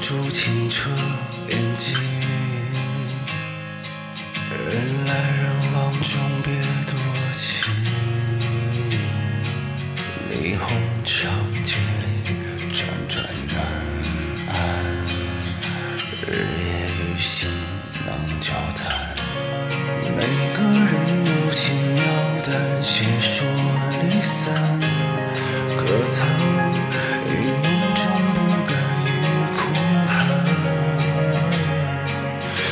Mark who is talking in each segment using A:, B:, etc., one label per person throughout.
A: 出清澈眼睛，人来人往中别多情。霓虹长街里辗转难安，日夜与星芒交谈。每个人有轻描淡写说离散，可曾一年中不甘于哭喊？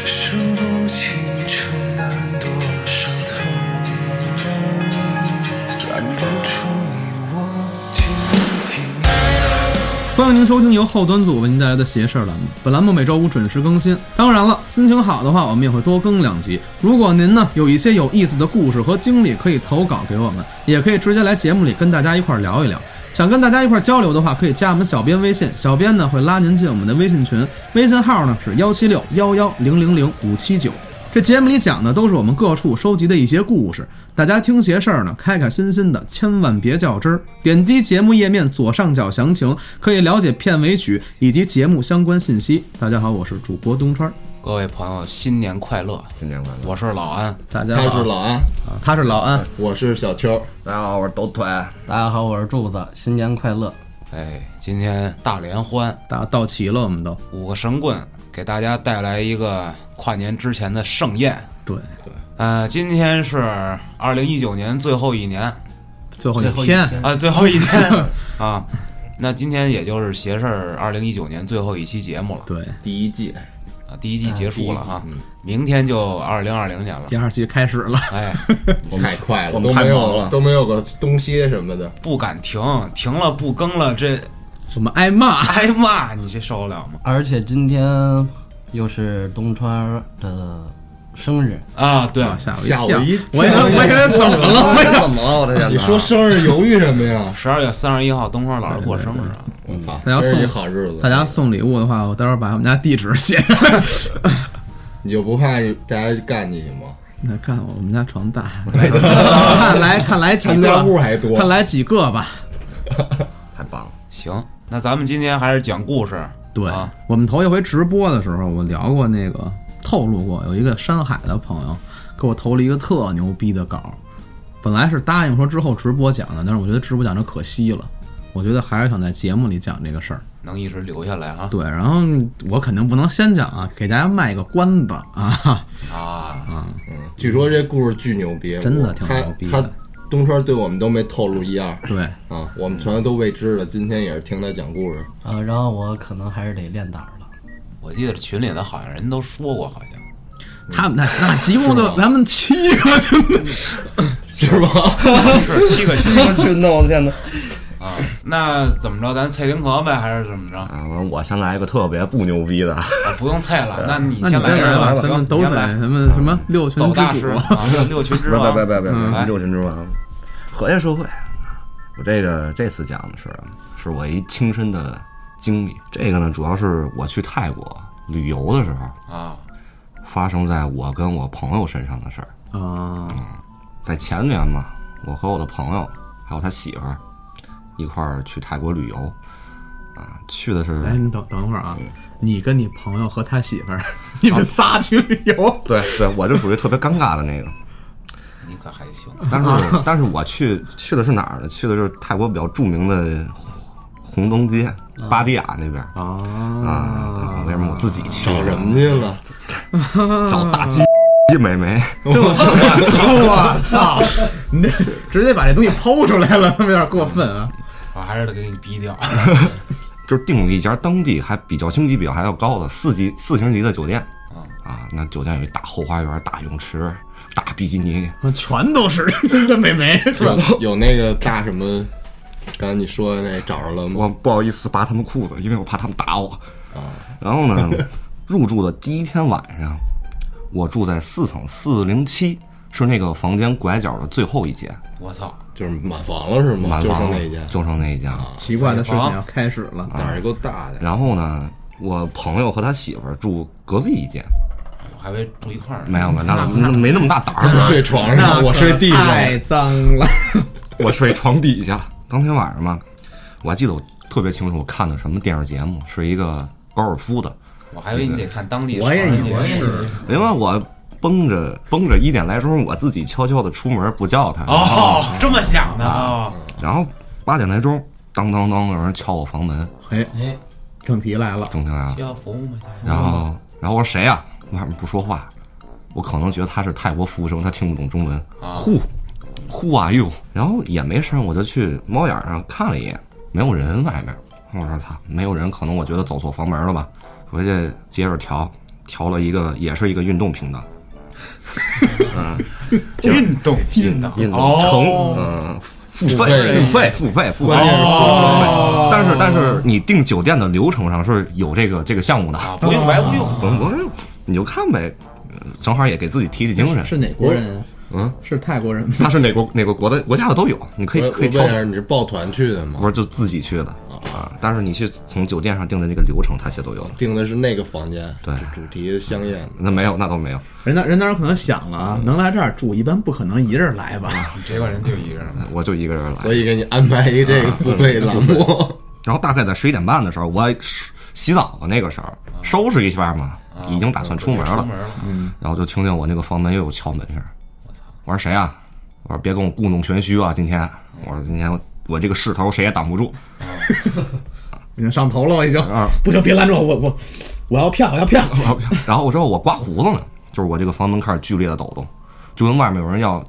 A: 数不清城南多少藤蔓，散不出你我记忆。
B: 欢迎您收听由后端组为您带来的“邪事儿”栏目。本栏目每周五准时更新。当然了，心情好的话，我们也会多更两集。如果您呢有一些有意思的故事和经历，可以投稿给我们，也可以直接来节目里跟大家一块儿聊一聊。想跟大家一块儿交流的话，可以加我们小编微信，小编呢会拉您进我们的微信群，微信号呢是幺七六幺幺零零零五七九。这节目里讲的都是我们各处收集的一些故事，大家听邪事儿呢，开开心心的，千万别较真儿。点击节目页面左上角详情，可以了解片尾曲以及节目相关信息。大家好，我是主播东川，
C: 各位朋友，新年快乐！
D: 新年快乐！
C: 我是老安，
B: 大家
E: 他
B: 好，
E: 是老安，
B: 啊他是老安，
E: 我是小秋，
D: 大家好，我是抖腿。
F: 大家好，我是柱子，新年快乐！
C: 哎，今天大联欢，
B: 大到齐了，我们都
C: 五个神棍给大家带来一个跨年之前的盛宴。
B: 对，
C: 呃，今天是二零一九年最后一年啊、
B: 最后一
F: 最后一
B: 天，
F: 天
C: 最后一天啊，那今天也就是邪事儿二零一九年最后一期节目了
B: 对，
E: 第一季，
C: 啊，第一季结束了啊
E: 啊第，
C: 明天就二零二零年了。
B: 第二期开始了，
C: 哎，
E: 太快了，
D: 我们
E: 都
D: 太
E: 没
D: 忙
E: 有
D: 了
E: 都没有个东歇什么的，
C: 不敢停，停了不更了，这
B: 什么挨骂，
C: 挨骂，你这受得了吗？
F: 而且今天又是东川的生日，
C: 啊，对，
B: 啊吓我
E: 吓 我一跳
B: 一跳，我以为我以为怎么了？
D: 我怎么了？我的天哪！
E: 你说生日犹豫什么呀？
C: 十二月三十一号，东方老师过生日啊。
E: 我操，
B: 大家
E: 真是一
B: 送
E: 好日子，
B: 大家送礼物的话，我待会儿把我们家地址写下来。
E: 你就不怕大家干你吗？
B: 那看我们家床 大，看来看来几
E: 他们家屋
B: 个，
E: 还多，
B: 看来几个吧。
D: 太棒了！
C: 行，那咱们今天还是讲故事。
B: 对、
C: 啊
B: 我们头一回直播的时候，我聊过那个，透露过有一个山海的朋友给我投了一个特牛逼的稿，本来是答应说之后直播讲的，但是我觉得直播讲就可惜了，我觉得还是想在节目里讲这个事儿。
C: 能一直留下来啊
B: 对，然后我肯定不能先讲啊，给大家卖个关子啊。
C: 啊！
E: 嗯据说这故事巨牛逼，
B: 真的
E: 我
B: 挺
E: 他
B: 牛逼的
E: 他东川对我们都没透露一二
B: 对，
E: 啊，我们全都未知的，今天也是听他讲故事，
F: 呃，然后我可能还是得练胆儿了。
C: 我记得群里的好像人都说过，好像
B: 他们那那一共就咱们七个，真的
E: 是吧？
C: 是七个七
D: 我去，那我的天哪！
C: 啊。那怎么着？咱蔡丁壳呗，还是怎么着？啊
D: 啊，我说我先来一个特别不牛逼的，啊
C: 不用蔡了，那你
B: 那
C: 先
B: 你
C: 来
B: 先来吧，
C: 吧。
B: 咱
C: 行，
B: 们都
C: 你
B: 得
C: 先来。
B: 什么什么六群
C: 斗
B: 之
C: 大
B: 主
C: 师，啊， 六群之
D: 别别
C: 王。
D: 别别别
B: 嗯
D: 别，六神之王，啊和谐社会。啊我这个这次讲的是，是我一亲身的经历。这个呢，主要是我去泰国旅游的时候，
C: 啊！
D: 发生在我跟我朋友身上的事儿。
B: 啊，
D: 在前年嘛，我和我的朋友还有他媳妇儿一块儿去泰国旅游，啊，去的是
B: 哎，你等等会儿啊，你跟你朋友和他媳妇儿，你们仨去旅游，
D: 对对，我就属于特别尴尬的那个。
C: 你可还行
D: 但是但是我去去的是哪儿呢？去的是泰国比较著名的红灯街芭堤雅那边儿啊。对我为什么我自己去
E: 找人去了，
D: 找大鸡美眉？
B: 我操！啊你这直接把这东西剖出来了，他们有点过分啊！
C: 我还是得给你逼掉。
D: 就是订了一家当地还比较星级比较还要高的四级四星级的酒店啊，那酒店有一大后花园、大泳池、大比基尼，
B: 全都是这美眉，是吧？
E: 有有那个大什么，刚才你说的那找着了吗？
D: 我不好意思扒他们裤子，因为我怕他们打我。然 后呢，入住的第一天晚上，我住在四层四零七，是那个房间拐角的最后一间，
C: 我操！
E: 就是满房了是吗？
D: 满
E: 就
D: 房
E: 剩
D: 了
E: 那一间，啊
D: 就剩那一间。
B: 奇怪的事情要开始了，
E: 胆儿也够大 的。
D: 然后呢，我朋友和他媳妇儿住隔壁一间，
C: 我还以为住一块儿呢。
D: 没有
E: 嗯
D: 没有，那那没那么大胆 儿，
E: 睡床上，我睡地
B: 太
E: 上，
B: 脏了。
D: 我睡床底下。当天晚上嘛，我还记得我特别清楚，我看的什么电视节目，是一个高尔夫的，
C: 我还以为你得看当地。
G: 我也以为是，
D: 因为我绷着绷着一点来钟，我自己悄悄的出门不叫他，
C: 哦，这么想的啊？
D: 然后八点来钟，当当当有人敲我房门，
B: 哎，
G: 哎，
B: 正题来了，
D: 中听啊，
C: 要服务吗？
D: 然后然后我说谁呀、外面不说话，我可能觉得他是泰国服务生，他听不懂中文
C: 啊
D: ，Who Who are you？然后也没声，我就去猫眼上看了一眼，没有人外面。我说操，没有人，可能我觉得走错房门了吧，回去接着调，调了一个也是一个运动频道，嗯
C: 运动，运动，
D: 印度
C: 哦
D: 城，嗯、付费，
G: 费
D: 付费，付费，付费。哦，但是但是你订酒店的流程上是有这个这个项目的，
C: 啊，不用白不用。
D: 我我你就看呗，呃正好也给自己提提精神。
B: 是哪国人啊？
D: 嗯，
B: 是泰国人吗？
D: 他是哪国哪个国的国家的都有，你可
E: 我
D: 以
E: 我
D: 可以
E: 问一
D: 挑，
E: 下，你是抱团去的吗？
D: 不是就自己去的啊。但是你去从酒店上订的那个流程，它些都有了。
E: 订的是那个房间，
D: 对
E: 主主题香艳的。
D: 那没有，那都没有。
B: 人家人当时可能想了啊，能来这儿住，一般不可能一人来吧？
C: 这个人就一个人了，
D: 我就一个人来
E: 所，以给你安排一
D: 啊
E: 这个付费栏 目，
D: 然后大概在十一点半的时候，我洗洗澡的那个时候，收拾一下嘛，已经打算出门
C: 出
D: 了
C: 门。了，嗯
D: 然后就听见我那个房门又有敲门声。我说谁啊？我说别跟我故弄玄虚啊！今天我说今天我这个势头谁也挡不住。
B: 已经上头了，我已经
D: 啊
B: 不行，别拦着我，我我我要票，我要票，
D: 然后我说我刮胡子呢，就是我这个房门开始剧烈的抖动，就跟外面有人要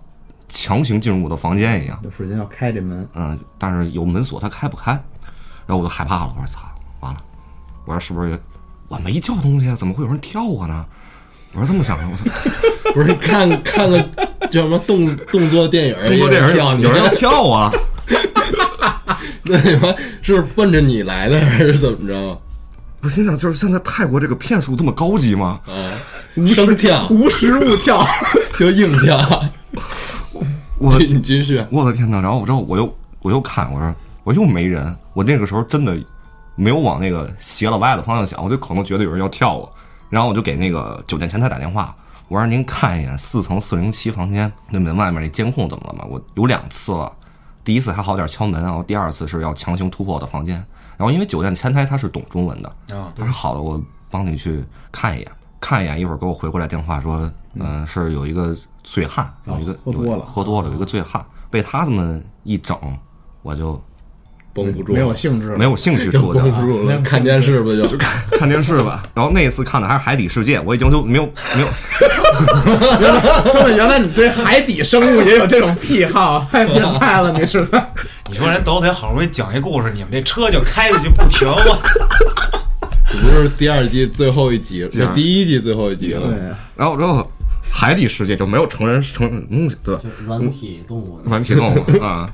D: 强行进入我的房间一样。
B: 就瞬间要开这门，
D: 嗯，但是有门锁，它开不开。然后我就害怕了，我说操，完了！我说是不是我没叫东西啊？怎么会有人跳我呢？我说这么想的，我操，
E: 不是看看个叫什么动动作电影儿，
D: 中国电影
E: 叫你
D: 有人要跳我、 啊。
E: 那你妈是不是奔着你来的还是怎么着？
D: 我心想，就是现在泰国这个骗术这么高级吗？
E: 啊，生跳
B: 无实物跳，
E: 就硬跳，
D: 我
E: 你继续。
D: 我的天呐！然后我之后我又我又看，我说我又没人，我那个时候真的没有往那个斜了歪的方向想，我就可能觉得有人要跳我，然后我就给那个酒店前台打电话，我让您看一眼四层四零七房间那门外面那监控怎么了嘛？我有两次了，第一次还好点敲门，然后第二次是要强行突破我的房间，然后因为酒店前台他是懂中文的，
C: 啊，
D: 他说好的，我帮你去看一眼，看一眼，一会儿给我回过来电话说，嗯、是有一个醉汉，有一个、
B: 啊喝多
D: 有一
B: 了
D: 喝多了有一个醉汉，被他这么一整，我就
E: 绷不住，
B: 没有兴致了
D: 没。有兴趣说
E: 绷
D: 的。
E: 不住了，看电视不 就？
D: 看电视吧，然后那一次看的还是《海底世界》，我已经就没有没有，
B: 说的原来你对海底生物也有这种癖 好，太变态了，你是在？
C: 你说人抖腿好不容易讲一故事，你们这车就开着就不停，我操！
E: 不是第二季最后一集，
D: 二
E: 是第一季最后一集了。
B: 对，啊
D: 然后之后《海底世界》就没有成人成人东西，对吧？
F: 就是软体动物，
D: 顽皮动物啊。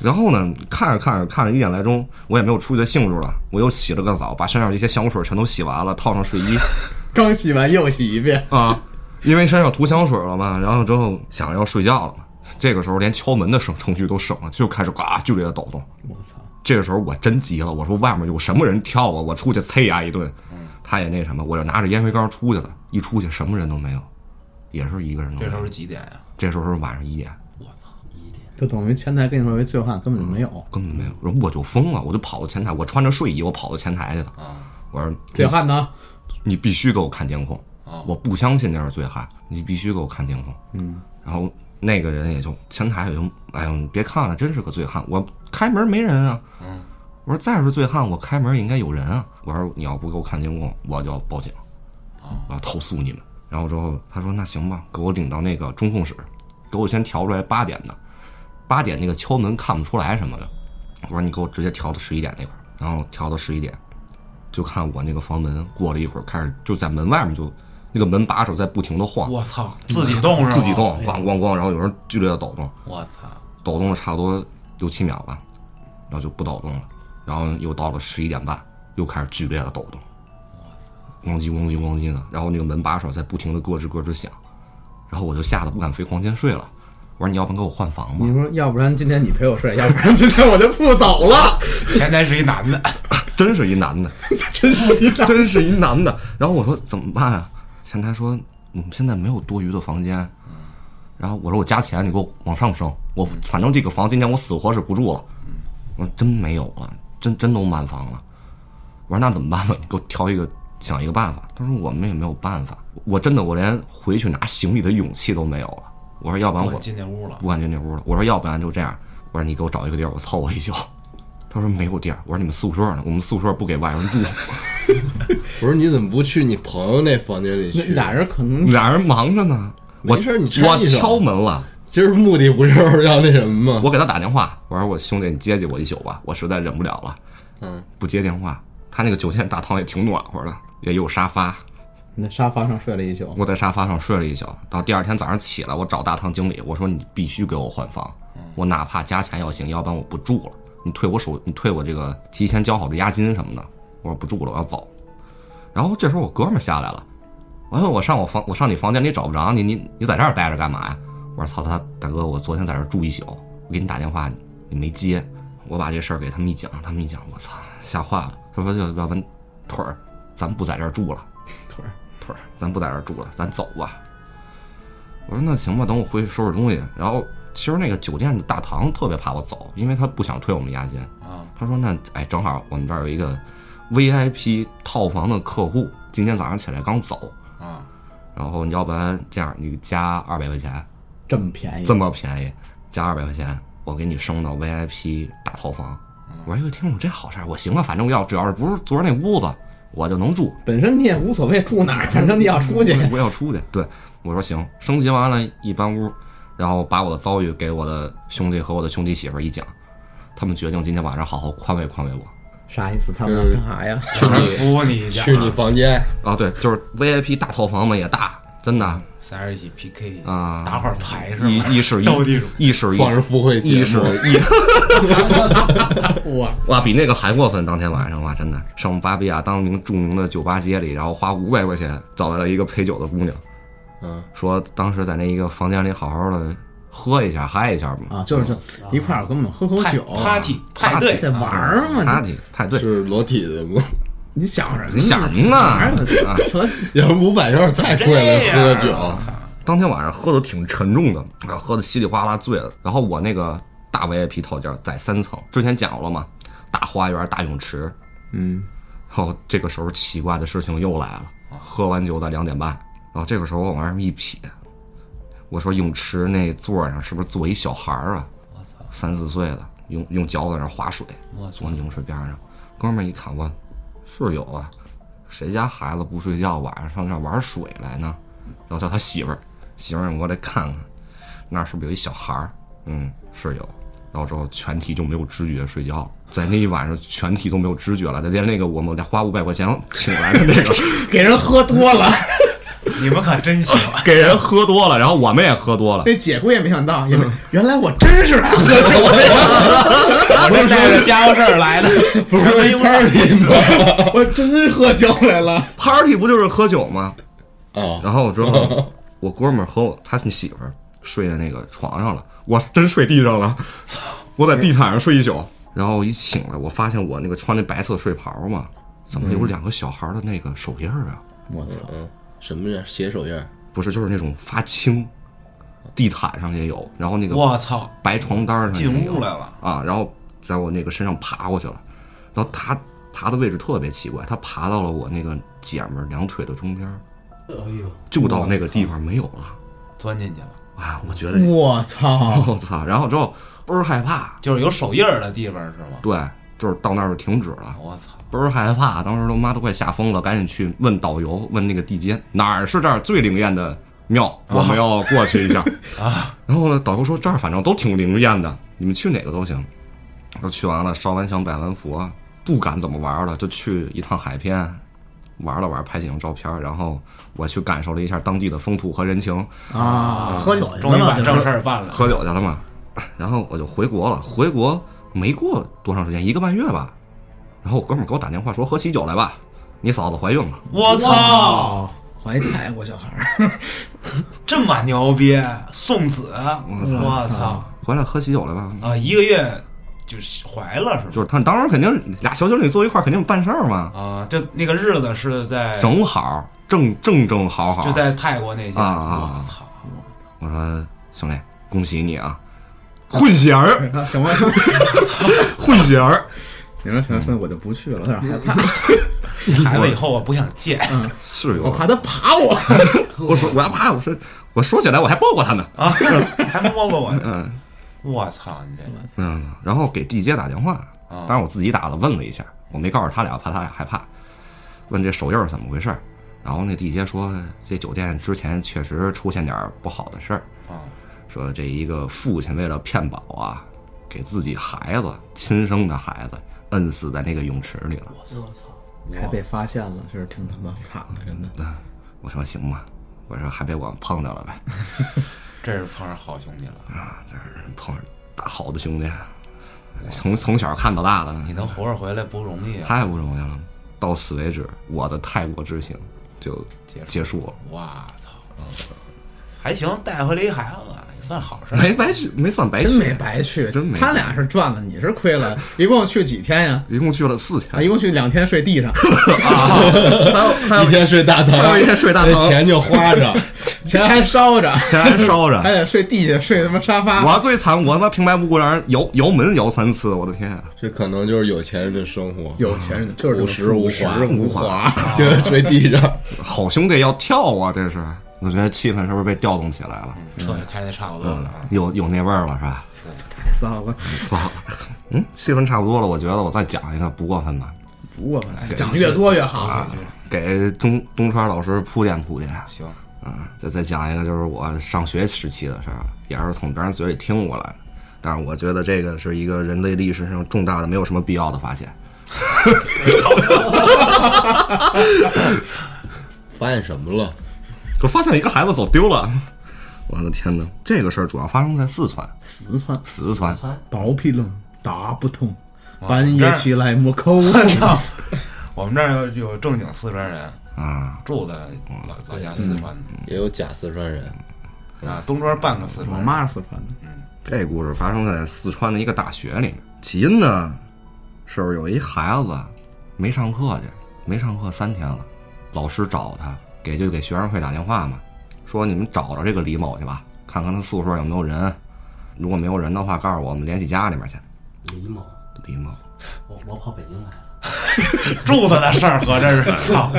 D: 然后呢，看着看着看着一点来钟，我也没有出去的兴致了，我又洗了个澡，把身上一些香水全都洗完了，套上睡衣。
B: 刚洗完又洗一遍，
D: 啊，因为身上涂香水了嘛，然后之后想着要睡觉了嘛，这个时候连敲门的声程序都省了，就开始嘎剧烈的抖动。
B: 我操！
D: 这个时候我真急了，我说外面有什么人跳啊，我出去呲牙一顿。他也那什么，我就拿着烟灰缸出去了，一出去什么人都没有，也是一个人都 没
C: 这时
D: 有。
C: 候是几点啊呀？
D: 这时候是晚上一点，
B: 就等于前台跟你说有一醉汉根本就没有，
D: 根本没有，然后我就疯了，我就跑到前台，我穿着睡衣，我跑到前台去了。我说
B: 醉汉呢？
D: 你必须给我看监控
C: 哦，
D: 我不相信那是醉汉，你必须给我看监控。啊嗯，然后那个人也就前台也就，哎呦，你别看了，真是个醉汉，我开门没人啊。嗯，我说再是醉汉，我开门应该有人啊。我说你要不给我看监控，我就要报警，我要投诉你们。然后之后他说那行吧，给我领到那个中控室，给我先调出来八点的，八点那个敲门看不出来什么的。我说你给我直接调到十一点那块儿，然后调到十一点，就看我那个房门过了一会儿，开始就在门外面就那个门把手在不停的晃，
C: 我操，嗯自己动是吗？
D: 自己，动，咣咣咣，然后有人剧烈的抖动，
C: 我操！
D: 抖动了差不多六七秒吧，然后就不抖动了，然后又到了十一点半，又开始剧烈的抖动，咣叽咣叽咣叽的，然后那个门把手在不停的咯吱咯吱响，然后我就吓得不敢回房间睡了，我说你要不然给我换房吧
B: 你，说要不然今天你陪我睡，要不然今天我就不走了。
C: 前台是一男 的，
D: 真是一男的，
B: 真是一大
D: 真是一男的。然后我说怎么办啊？前台说我们现在没有多余的房间。然后我说我加钱，你给我往上升。我反正这个房今天我死活是不住了。我说真没有了，真真都满房了。我说那怎么办吧？你给我挑一个，想一个办法。他说我们也没有办法，我真的我连回去拿行李的勇气都没有了。我说要不然
C: 不
D: 我
C: 敢进那屋了。
D: 不敢进那屋了。我说要不然就这样，我说你给我找一个地儿，我凑合一宿。他说没有地儿。我说你们宿舍呢？我们宿舍不给外 人住，
E: 不是，你怎么不去你朋友那房间里去？
B: 俩人可能
D: 俩人忙着呢。我
E: 没事你拆
D: 我
E: 一手
D: 敲门了，
E: 今儿目的不就是要那什么吗？
D: 我给他打电话，我说我兄弟你接接我一宿吧，我实在忍不了了。
E: 嗯，
D: 不接电话，他那个酒店大堂也挺暖和的，也有沙发，
B: 你在沙发上睡了一宿，
D: 我在沙发上睡了一宿，到第二天早上起来，我找大堂经理，我说你必须给我换房，我哪怕加钱要行，要不然我不住了。你退我手，你退我这个提前交好的押金什么的，我说不住了，我要走。然后这时候我哥们儿下来了，我说我上我房，我上你房间里找不着你，你你在这儿待着干嘛呀？我说操他大哥，我昨天在这儿住一宿，我给你打电话你没接，我把这事儿给他们一讲，他们一讲，我操，吓坏了。他说要要不然腿儿，咱不在这儿住了。腿儿，咱不在这儿住了，咱走吧。我说那行吧，等我回去收拾东西。然后其实那个酒店的大堂特别怕我走，因为他不想退我们押金。
C: 啊，
D: 他说那哎，正好我们这儿有一个 VIP 套房的客户，今天早上起来刚走
C: 啊。
D: 然后你要不然这样，你加二百块钱，
B: 这么便宜，
D: 这么便宜，加二百块钱，我给你升到 VIP 大套房。
B: 嗯
D: 我说一听我这好事儿，我行啊，反正我要只要是不是昨儿那屋子，我就能住。
B: 本身你也无所谓住哪儿，反正你要出去，
D: 我要出去。对，我说行，升级完了一搬屋，然后把我的遭遇给我的兄弟和我的兄弟媳妇儿一讲，他们决定今天晚上好好宽慰宽慰我。
B: 啥意思？他们要干啥呀？
E: 去
C: 人
E: 你
C: 服你一下，
E: 去你房间，
D: 啊，对，就是 VIP 大套房嘛，也大，真的
C: 仨人一起 PK
D: 啊
C: 打会儿牌是
D: 一
C: 吗？
D: 一室一
C: 斗地主
D: 一室一
E: 放着付费节
D: 一室
E: 目，
D: 一
B: 我
D: 哇，比那个还过分。当天晚上哇，真的上巴比亚当名著名的酒吧街里，然后花五百块钱找来了一个陪酒的姑娘，
E: 嗯，
D: 说当时在那一个房间里好好的喝一下嗨一下嘛，
B: 啊，就是就一块儿跟我们喝口
C: 派
B: 酒啊
C: party 派对
B: 在玩儿嘛，
D: 嗯 party
B: 你
D: 派对，
E: 是裸体的吗？
B: 你想什么？
D: 你想什么呢
B: 玩儿
D: 啊
B: 说
E: 要是五百有点太贵了，喝
C: 这
E: 酒啊
C: 样我操
D: 当天晚上喝的挺沉重的，啊，喝的稀里哗啦醉了。然后我那个大 VIP 套间在三层，之前讲过了嘛，大花园、大泳池。
B: 嗯，
D: 然后这个时候奇怪的事情又来了，喝完酒在两点半，然后这个时候我往上一瞥，我说泳池那座上是不是坐一小孩儿啊？三四岁的，用用脚在那儿划水，坐那泳池边上。哥们儿一看我，是有啊，谁家孩子不睡觉，晚上上这儿玩水来呢？然后叫他媳妇儿，媳妇儿你过来看看，那儿是不是有一小孩儿？嗯，是有。然后之后全体就没有知觉睡觉了，在那一晚上全体都没有知觉了，连那个我们得花五百块钱请来的那个
B: 给人喝多了，
C: 你们可真行，
D: 给人喝多了，然后我们也喝多了，
B: 那姐夫也没想到，也没原来我真是来喝酒的，
C: 我这带着家伙事儿来的， 不是 party
B: 我真喝酒来了。
D: party 不就是喝酒吗？
E: 啊！
D: 然后之后，我哥们儿和我他媳妇儿睡在那个床上了，我真睡地上了，我在地毯上睡一宿。然后一醒来，我发现我那个穿那白色睡袍嘛，怎么有两个小孩儿的那个手印儿啊？
B: 我操，
E: 嗯，什么样？写手印儿？
D: 不是，就是那种发青，地毯上也有，然后那个
C: 我操，
D: 白床单上也有
C: 进屋来了
D: 啊，然后在我那个身上爬过去了，然后他爬的位置特别奇怪，他爬到了我那个姐们儿两腿的中间儿，
F: 哎呦，
D: 就到那个地方没有了。
C: 钻进去了，
D: 啊，我
C: 嗯
D: 觉得
B: 我 操，
D: 我操！然后之后倍儿害怕，
C: 就是有手印儿的地方是吗？
D: 对，就是到那儿就停止了，
C: 我操，
D: 倍儿害怕，当时都妈都快吓疯了，赶紧去问导游，问那个地接哪儿是这儿最灵验的庙，我们要过去一下啊。然后呢，导游说这儿反正都挺灵验的，你们去哪个都行。都去完了，烧完香拜完佛，不敢怎么玩了，就去一趟海边。玩了玩，拍几张照片，然后我去感受了一下当地的风土和人情，
B: 啊，喝酒去
C: 终于
B: 了
C: 把
B: 就是
C: 正事儿办了，
D: 喝酒去了嘛，然后我就回国了。回国没过多长时间，一个半月吧，然后我哥们儿给我打电话说喝喜酒来吧，你嫂子怀孕了。
C: 我操，
B: 哦，怀泰国小孩儿，
C: 这么牛逼，送子，我操
D: 回来喝喜酒来吧，
C: 啊，一个月就是怀了是
D: 就
C: 吗？
D: 是他当时肯定俩小情侣坐一块儿肯定办事儿嘛，
C: 啊，这那个日子是在
D: 正好正正正好好。
C: 哎就在泰国那家，
D: 啊啊啊
C: 我操，
D: 我说兄弟，恭喜你啊，混血儿，
B: 什么？
D: 混血儿，
B: 你说行，那我就不去了，有点害怕。
C: 孩子以后我不想见。
D: 是
B: 嗯我
D: 有
B: 怕他爬我。
D: 我说我要怕，我说我说起来我还抱过他呢。
C: 啊，还摸过我呢。
B: 嗯
C: 我操，你这
D: 嗯，然后给地接打电话，当然我自己打了，问了一下，我没告诉他俩，怕他俩害怕。问这手印儿怎么回事儿，然后那地接说这酒店之前确实出现点儿不好的事儿，
C: 啊，
D: 说这一个父亲为了骗保啊，给自己孩子亲生的孩子摁死在那个泳池里了。
E: 还被发现了，是挺他妈惨的，真的。
D: 我说行吧，我说还被我碰着了呗，
C: 这是碰上好兄弟
B: 嗯
C: 了。
D: 碰上大好的兄弟，从从小看到大的，
C: 你能活着回来不容易啊！
D: 太不容易了。到此为止，我的泰国之行就
C: 结束
D: 结束了，
C: 我操，嗯还行，带回来一孩子也算好事儿。
D: 没白去，没算白去，
B: 真没白去，
D: 真没白
B: 他俩是赚了，你是亏了。一共去几天呀？
D: 一共去了四天
B: 啊，一，共去两天，睡地 上，
E: 一 天睡大堂，
D: 还有一天睡大堂
E: 那钱就花着，
B: 钱还烧着，
D: 钱还烧着
B: 还得睡地下，睡他妈沙发。
D: 我最惨，我他妈平白无故让人摇摇门摇三次，我的天、啊！
E: 这可能就是有钱人的生活，
B: 有钱人就
E: 朴
B: 是
E: 实无华，
D: 无
E: 华， 就睡地上。
D: 好兄弟要跳啊，这是，我觉得气氛是不是被调动起来了？
B: 嗯
C: 车也开的差不多了啊，
D: 有有那味儿了是吧？
B: 太骚了，
D: 操，嗯，气氛差不多了，我觉得我再讲一个不过分吧，
B: 不过吧讲得哎越多越好。
D: 啊给东东川老师铺垫铺垫。
C: 行，
D: 啊，再再讲一个，就是我上学时期的事儿，啊也是从别人嘴里听过来的。但是我觉得这个是一个人类历史上重大的、没有什么必要的发现。
E: 发现什么了？
D: 我发现一个孩子走丢了， 我的天哪！这个事儿主要发生在四川，
B: 四川
D: 四川
B: 薄皮冷打不通，半夜起来摸扣。
C: 我们这儿有有正经四川人
D: 啊，
C: 住在老老家四川的
E: 也有假四川人，
C: 啊，东庄半个四
B: 我
C: 川人。
B: 妈是四川 的，
D: 这故事发生在四川的一个大学里面。起因呢，是有一孩子没上课去，没上课三天了，老师找他，给就给学生会打电话嘛，说你们找着这个李某去吧，看看他宿舍有没有人，如果没有人的话，告诉我我们联系家里面去。
F: 李某，
D: 李某
F: 我我跑北京来了，
C: 住子的事儿合着是操，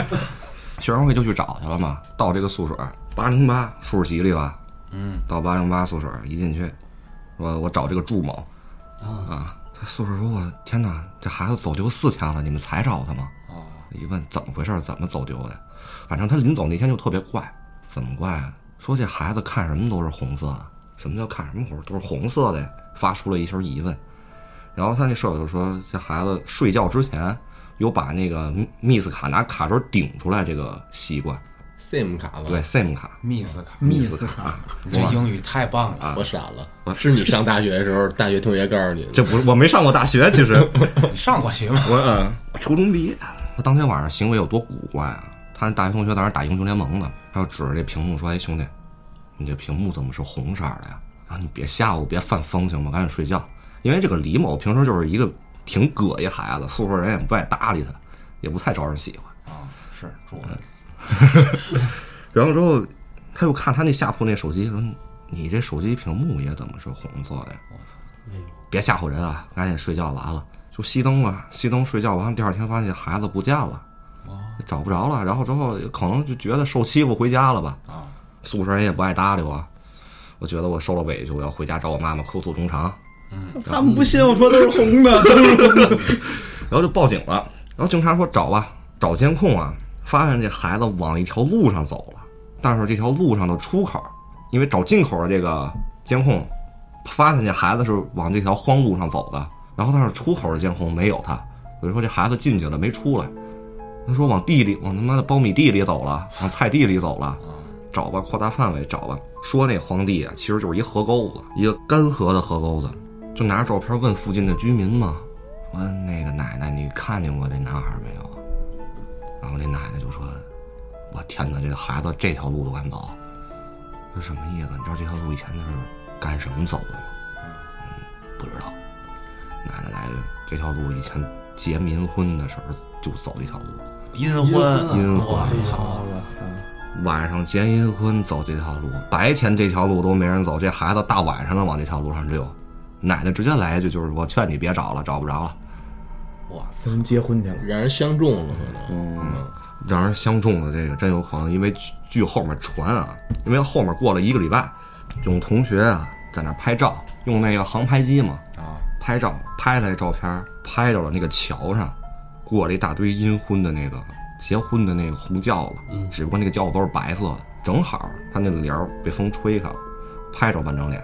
D: 学生会就去找去了嘛，到这个宿舍八零八宿舍席里吧，嗯，到八零八宿舍一进去，说我找这个祝某，啊，他宿舍说我天哪，这孩子走丢四天了，你们才找他吗？
C: 哦，
D: 一问怎么回事，怎么走丢的？反正他临走那天就特别怪，怎么怪啊？说这孩子看什么都是红色的，什么叫看什么红都是红色的呀？发出了一声疑问。然后他那舍友就说，这孩子睡觉之前有把那个密斯卡拿卡轴顶出来这个习惯，
E: SIM 卡了，
D: 对，SIM 卡，
C: 密斯卡，
B: 密
D: 斯
B: 斯
D: 卡，
C: 你这英语太棒
G: 啊
C: 了，
E: 我傻了，是你上大学的时候，大学同学告诉你的，
D: 这不是我没上过大学，其实
C: 你上过学吗？
D: 我嗯，初中毕业，他当天晚上行为有多古怪啊！他那大学同学在那打英雄联盟呢，他就指着这屏幕说：“哎，兄弟，你这屏幕怎么是红色的呀？啊，你别吓我，别犯疯行吗？赶紧睡觉。”因为这个李某平时就是一个挺葛一孩子，宿舍人也不爱搭理他，也不太招人喜欢。
C: 啊，是住子
D: 然后之后，他又看他那下铺那手机，说：“你这手机屏幕也怎么是红色的呀？”别吓唬人啊，赶紧睡觉完了就熄灯了，熄灯睡觉完了，第二天发现孩子不见了，找不着了。然后之后可能就觉得受欺负回家了吧，
C: 啊，
D: 宿舍人也不爱搭理我，我觉得我受了委屈，我要回家找我妈妈哭诉衷肠。
B: 他们不信我说都是红 的，
D: 然后就报警了。然后警察说找啊，找监控啊，发现这孩子往一条路上走了，但是这条路上的出口，因为找进口的这个监控，发现这孩子是往这条荒路上走的，然后但是出口的监控没有他，我就说这孩子进去了没出来。他说往地里，往他妈的苞米地里走了，往菜地里走了，找吧，扩大范围找吧。说那荒地啊，其实就是一河沟子，一个干涸的河沟子。就拿着照片问附近的居民嘛，说那个奶奶，你看见过这男孩没有啊？然后那奶奶就说：“我天哪，这个孩子这条路都敢走，这什么意思？你知道这条路以前是干什么走的吗？”嗯，不知道。奶奶来这条路以前结冥婚的时候就走这条路，
C: 阴婚，啊
D: 阴婚
C: 我操，
D: 晚上结阴婚走这条路，白天这条路都没人走，这孩子大晚上的往这条路上溜。奶奶直接来一句就是：“我劝你别找了，找不着了。
E: 哇，
A: 他们结婚去了。
E: 让人相中了可能。
D: 让人相中的这个真有可能，因为据据后面传啊，因为后面过了一个礼拜，有同学啊在那儿拍照，用那个航拍机嘛
C: 啊，
D: 拍照拍来照片，拍到了那个桥上，过了一大堆阴婚的那个结婚的那个红轿子，只不过那个轿子都是白色的，正好他那帘儿被风吹开了，拍着半张脸，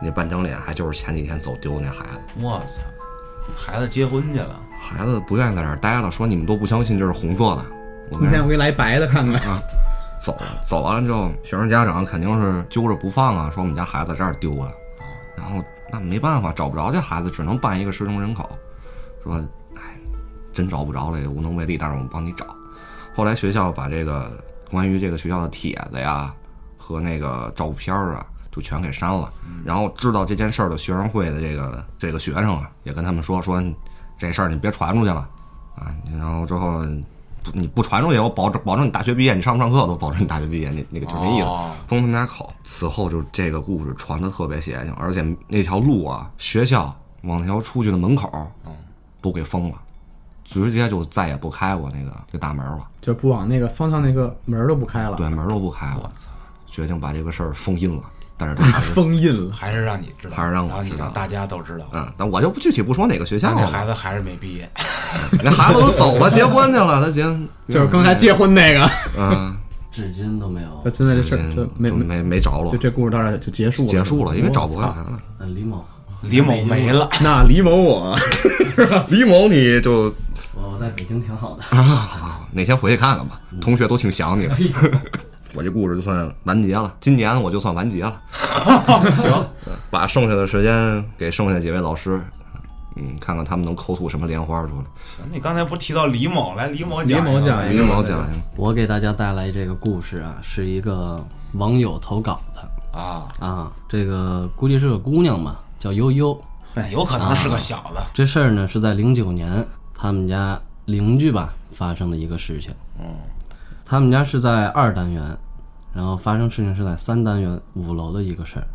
D: 那半张脸还就是前几天走丢那孩子。
C: 我操，孩子结婚去了，
D: 孩子不愿意在这儿待了，说你们都不相信这是红色的。我
B: 今
D: 跟
B: 天我给你来白的看
D: 啊
B: 看。
D: 走了，走完了之后，学生家长肯定是揪着不放啊，说我们家孩子在这儿丢了。然后那没办法，找不着这孩子，只能办一个失踪人口。说，哎，真找不着了，也无能为力，但是我们帮你找。后来学校把这个关于这个学校的帖子呀和那个照片儿啊，就全给删了。然后知道这件事儿的学生会的这个这个学生啊，也跟他们说说，这事儿你别传出去了啊。然后之后嗯不你不传出去，我保证保证你大学毕业，你上不上课都保证你大学毕业，那那个就那意思
C: 哦，
D: 封他们家口。此后就这个故事传的特别邪性，而且那条路啊，学校往那条出去的门口，都给封了，直接就再也不开我那个这大门了，
B: 就不往那个方向那个门儿都不开了，
D: 对，门都不开了，决定把这个事儿封印了。但是他还 是，
B: 封印了。
C: 还是让你知道，
D: 还是让我
C: 然后你
D: 知道，
C: 让大家都知道
D: 嗯，但我就不具体不说哪个学校
C: 但那
D: 了，
C: 孩子还是没毕业。
D: 那孩子都走了，结婚去了，他结，
B: 就是刚才结婚那个，
D: 嗯，
F: 至今都没
B: 就。
F: 有
B: 现在这事儿就
D: 就
B: 没没，
D: 没没着落
B: 就，这故事到这儿就结束了，
D: 结束了，因为找不回来
B: 我操。
D: 了。
F: 呃，李某，
C: 李某没了，
B: 那李某我
D: 李某，你就
F: 我在北京挺好的。
D: 哪天回去看看吧，同学都挺想
B: 哎
D: 你的。我这故事就算完结了，今年我就算完结了。 行，把剩下的时间给剩下几位老师，嗯，看看他们能抠出什么莲花出来。
C: 行你刚才不是提到李某来？李某
B: 李
C: 讲，
B: 某讲一
D: 李
B: 个，
D: 某讲一
F: 我给大家带来这个故事啊，是一个网友投稿的
C: 啊，
F: 啊，这个估计是个姑娘吧，叫悠悠。
C: 有可能是个小子。
F: 这事儿呢是在零九年他们家邻居吧发生的一个事情。嗯，他们家是在二单元，然后发生事情是在三单元五楼的一个事儿。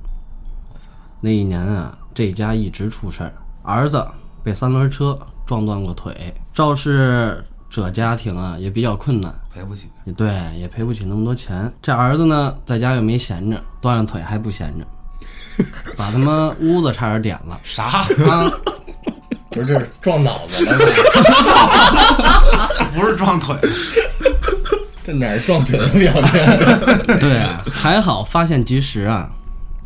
F: 那一年啊，这家一直出事儿，儿子被三轮车撞断过腿，肇事者家庭啊也比较困难，
C: 赔不起，
F: 也对，也赔不起那么多钱。这儿子呢，在家又没闲着，断了腿还不闲着，把他妈屋子差点点了。
C: 啥？
F: 啊，
E: 不是这是撞脑子了，
C: 不是撞腿，
E: 这哪儿撞腿的表 现？
F: 对，还好发现及时啊，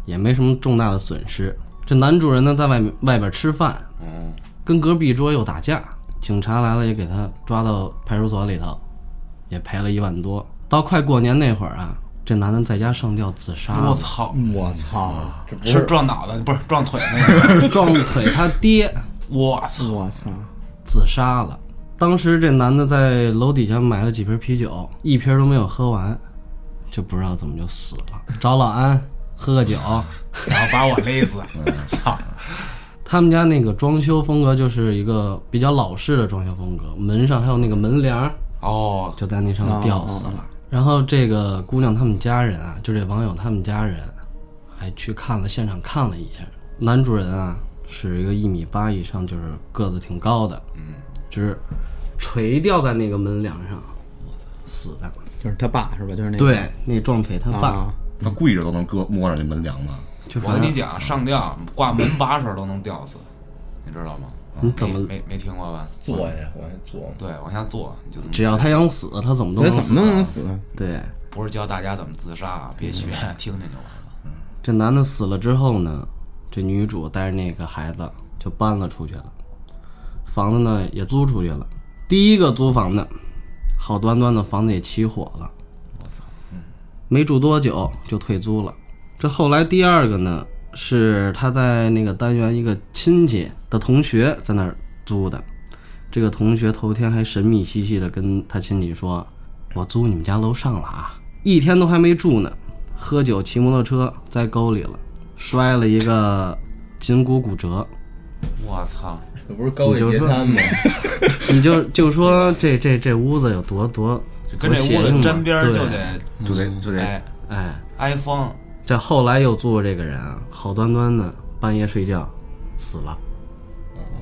F: 也没什么重大的损失。这男主人呢，在外面外边吃饭，
C: 嗯，
F: 跟隔壁桌又打架，警察来了也给他抓到派出所里头，也赔了一万多。到快过年那会儿啊，这男的在家上吊自杀了
C: 我，操！
A: 我操！
C: 是撞脑袋，不是撞腿那个。
F: 撞腿他爹
C: 我操！
A: 我操！
F: 自杀了。当时这男的在楼底下买了几瓶啤酒，一瓶都没有喝完，就不知道怎么就死了。找老安喝个酒，
C: 然后把我勒死。操！
F: 他们家那个装修风格就是一个比较老式的装修风格，门上还有那个门帘儿，
C: 哦，
F: 就在那上面吊死
A: 哦
F: 了。然后这个姑娘他们家人啊，就这网友他们家人，还去看了现场看了一下。男主人啊是一个一米八以上，就是个子挺高的，嗯，就是垂吊在那个门梁上死的。
A: 就是他爸是吧？就是那个
F: 对，那撞腿他爸、
A: 啊，
D: 他跪着都能搁摸着那门梁吗？
F: 就
C: 我
F: 反
C: 跟
F: 正
C: 你讲，上吊挂门把手都能吊死，你知道吗？嗯
F: 你怎么
C: 没没没听过吧？
E: 坐呀，我还坐。
C: 对，往下坐，你就这么
F: 只要他想死，他怎么都
A: 那
F: 能
A: 怎
F: 死。
A: 么都
B: 嗯
A: 能死？
F: 对，
C: 不是教大家怎么自杀啊，别学，听听就完了。
F: 这男的死了之后呢，这女主带着那个孩子就搬了出去了，房子呢也租出去了。第一个租房的，好端端的房子也起火了，没住多久就退租了。这后来第二个呢，是他在那个单元一个亲戚的同学在那儿租的，这个同学头天还神秘兮兮的跟他亲戚说：“我租你们家楼上了啊！”一天都还没住呢，喝酒骑摩托车栽沟里了，摔了一个筋骨骨折。
C: 我操！
E: 这不是高位截瘫吗？
F: 你就就说这这这屋子有多多
C: 就
F: 多
C: 跟这屋
F: 邪性
C: 子
F: 吧
C: 沾边儿就
F: 对
C: 得
D: 就得就得
C: 哎
F: 哎。
C: 挨方。
F: 这后来又做这个人啊，好端端的半夜睡觉死了。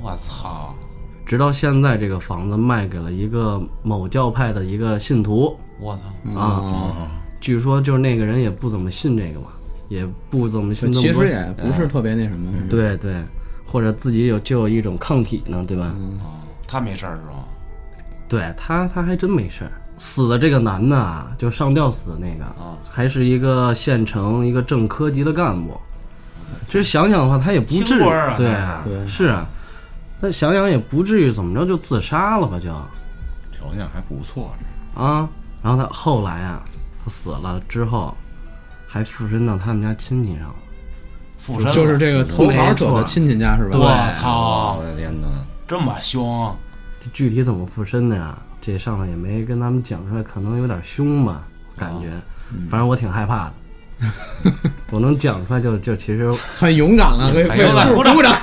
C: 我操！
F: 直到现在，这个房子卖给了一个某教派的一个信徒
C: 我操，
F: 啊。
B: 哦
F: 据说就是那个人也不怎么信这个嘛，也不怎么信这
B: 其
F: 么多
B: 实也嗯不哎是特别那什么。
D: 嗯
F: 对对，或者自己有就有一种抗体呢，对吧？
C: 嗯他没事儿是吧？
F: 对他他还真没事儿。死的这个男的啊，就上吊死的那个，
G: 啊
F: 还是一个县城一个正科级的干部。这想想的话，他也不
C: 清
F: 至于，
C: 官儿啊
F: 对
C: 那
F: 是啊。那想想也不至于怎么着就自杀了吧，就
G: 条件还不错，
F: 啊。然后他后来啊，他死了之后，还附身到他们家亲戚上了。
C: 附身了
B: 就是这个投稿者的亲戚家是吧？
C: 我操，
G: 我的天哪！
C: 这么凶，
F: 这具体怎么附身的呀？这上头也没跟咱们讲出来，可能有点凶吧，感觉。反正我挺害怕的。 我能讲出来就就其实
B: 很勇敢啊，为为
C: 勇敢
B: 就是
C: 鼓掌
B: 鼓掌。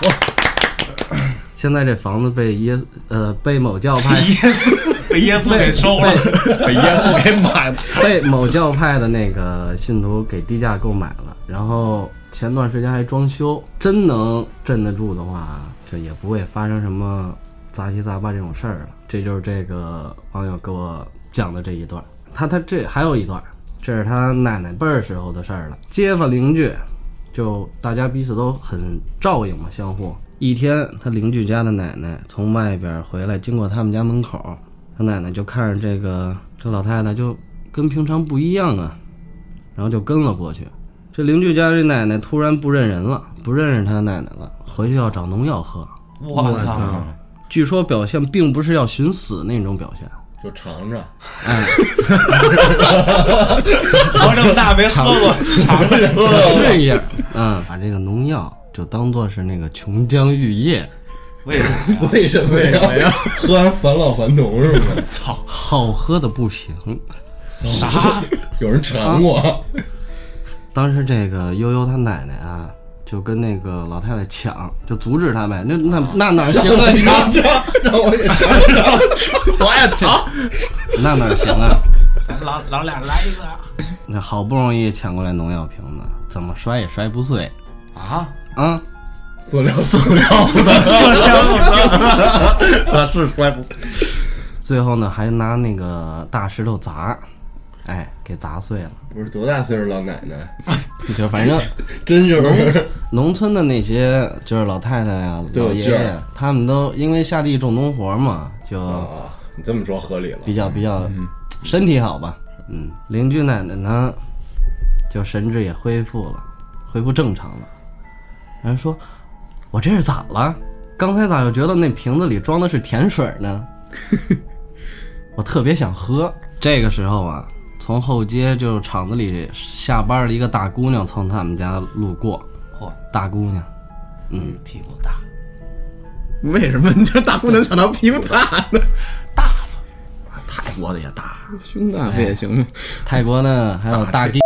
F: 现在这房子被耶呃被某教派
C: 耶稣被耶稣给收了，
G: 被耶稣给买了，
F: 被某教派的那个信徒给低价购买了，然后前段时间还装修，真能镇得住的话，这也不会发生什么杂七杂八这种事儿了。这就是这个网友给我讲的这一段，他他这还有一段，这是他奶奶辈儿时候的事儿了，街坊邻居。就大家彼此都很照应嘛，相互。一天，他邻居家的奶奶从外边回来，经过他们家门口，他奶奶就看着这个这老太太就跟平常不一样啊，然后就跟了过去。这邻居家这奶奶突然不认人了，不认识他奶奶了，回去要找农药喝。
C: 我操，
F: 据说表现并不是要寻死那种表现，
E: 就尝尝，
C: 活这么大没喝过，尝尝。
F: 试一下，嗯，把这个农药就当做是那个琼浆玉液，
C: 为什么呀？
E: 为什么呀？喝完返老还童是吗？
F: 好喝的不行。
C: 啥？
E: 有人尝过，
F: 当时这个悠悠他奶奶啊，就跟那个老太太抢，就阻止他呗。那那那哪行啊？你
E: 尝尝，让我也尝尝，我也尝。
F: 那哪行 啊？
C: 老老俩来一个
F: 那好不容易抢过来农药瓶子，怎么摔也摔不碎
C: 啊！
F: 啊！
E: 塑料塑料塑料，他是摔不碎。
F: 最后呢，还拿那个大石头砸，哎，给砸碎了。
E: 不是多大岁数老奶奶，
F: 就反正
E: 真就是
F: 农村的那些就是老太太呀、
E: 都有
F: 老爷
E: 劲儿
F: 爷，他们都因为下地种农活嘛，就。
E: 啊！你这么说合理了，
F: 比较比较身体好吧。嗯，邻居奶奶呢，就神志也恢复了，恢复正常了。然后说：“我这是咋了？刚才咋就觉得那瓶子里装的是甜水呢？我特别想喝。”这个时候啊，从后街就是厂子里下班的一个大姑娘从他们家路过，
C: 嚯，
F: 大姑娘嗯
C: 屁股大，
B: 为什么你这大姑娘想到屁股大呢？
G: 泰国的也大，
B: 胸大不也行吗？
F: 泰国呢还有大啊弟，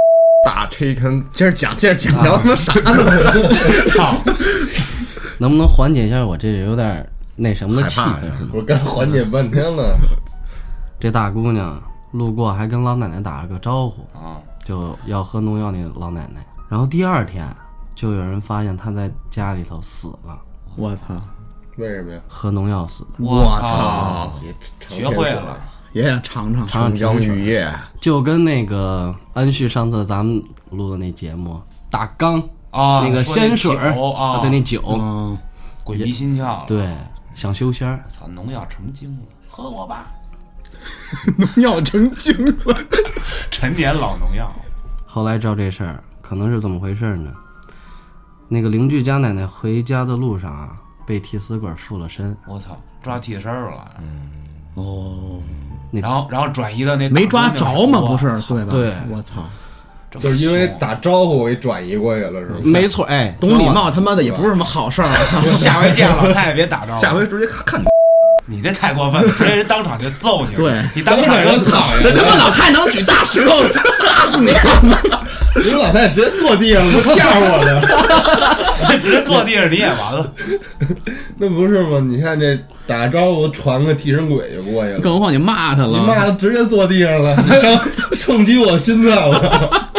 G: 大 chicken
B: 接着讲，接着讲，聊他妈啥呢？
F: 能不能缓解一下我这有点那什么的气
G: 害怕
F: 氛
G: 呀？
E: 不是刚缓解半天了，
F: 这大姑娘路过还跟老奶奶打了个招呼，
C: 啊，
F: 就要喝农药那老奶奶。然后第二天就有人发现她在家里头死了，
B: 我操！
E: 为什么呀？
F: 喝农药死的。
C: 我操，
E: 也尝
C: 学会了，
B: 也想尝尝。
F: 尝
G: 琼
F: 尝
G: 浆
F: 甜水
G: 玉液，
F: 就跟那个安旭上次咱们录的那节目大缸
C: 啊
F: 那个
C: 说那
F: 仙水儿
C: 酒啊
F: 对那酒，
B: 嗯，
C: 鬼迷心窍了。
F: 对想修仙儿，
C: 操，农药成精了，喝我吧，
B: 农 药成精了。
C: 陈年老农药。
F: 后来知道这事儿，可能是怎么回事呢？那个邻居家奶奶回家的路上啊，被替死鬼附了身，
C: 我操，抓替身儿了，
B: 哦，
F: 那
C: 然后然后转移到那
B: 没抓着嘛，不
C: 我
B: 是
C: 操
B: 对吧？
F: 对
B: 我操，
C: 这么
E: 就是因为
C: 凶
E: 打招呼给转移过去了，是吗？
F: 没错，哎，
B: 懂礼貌他妈的也不是什么好事儿。啊我 操
C: 下回见了，再也别打着了。
G: 下回直接看看你
C: 你这太过分了，直接人当场就揍你了。
B: 对
C: 你当场就死
E: 躺
B: 那他妈老太能举大石头砸死你！
E: 您老太太直接坐地上了，吓我了，
C: 你直接坐地上你也完了。
E: 那不是吗？你看这打招呼传个替身鬼就过去了，
B: 更何况你骂他
E: 你
B: 了，
E: 妈的直接坐地上了， 你伤冲击我心脏了。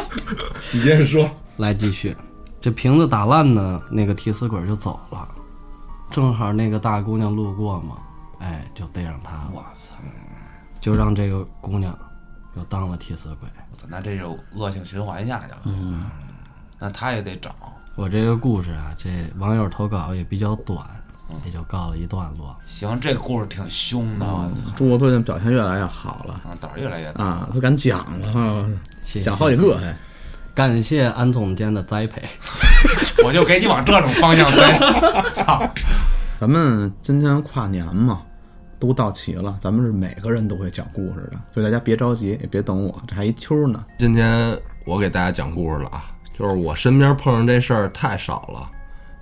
E: 你接着说，
F: 来继续，这瓶子打烂呢，那个替死鬼就走了，正好那个大姑娘路过嘛，哎，就逮上他了，
C: 我操！
F: 就让这个姑娘又当了替死鬼。
C: 我操，那这就恶性循环下去了。嗯，那他也得找。
F: 我这个故事啊，这网友投稿也比较短，也就告了一段落。
C: 行，这故事挺凶的，我操！
H: 朱最近表现越来越好了
C: 啊，胆儿越来越大。
H: 啊，都敢讲了，
F: 谢谢
H: 讲好几个哎还。
F: 感谢安总监的栽培。
C: 我就给你往这种方向走。操！
H: 咱们今天跨年嘛，都到齐了，咱们是每个人都会讲故事的，所以大家别着急，也别等我，这还一秋呢。
G: 今天我给大家讲故事了啊，就是我身边碰上这事儿太少了，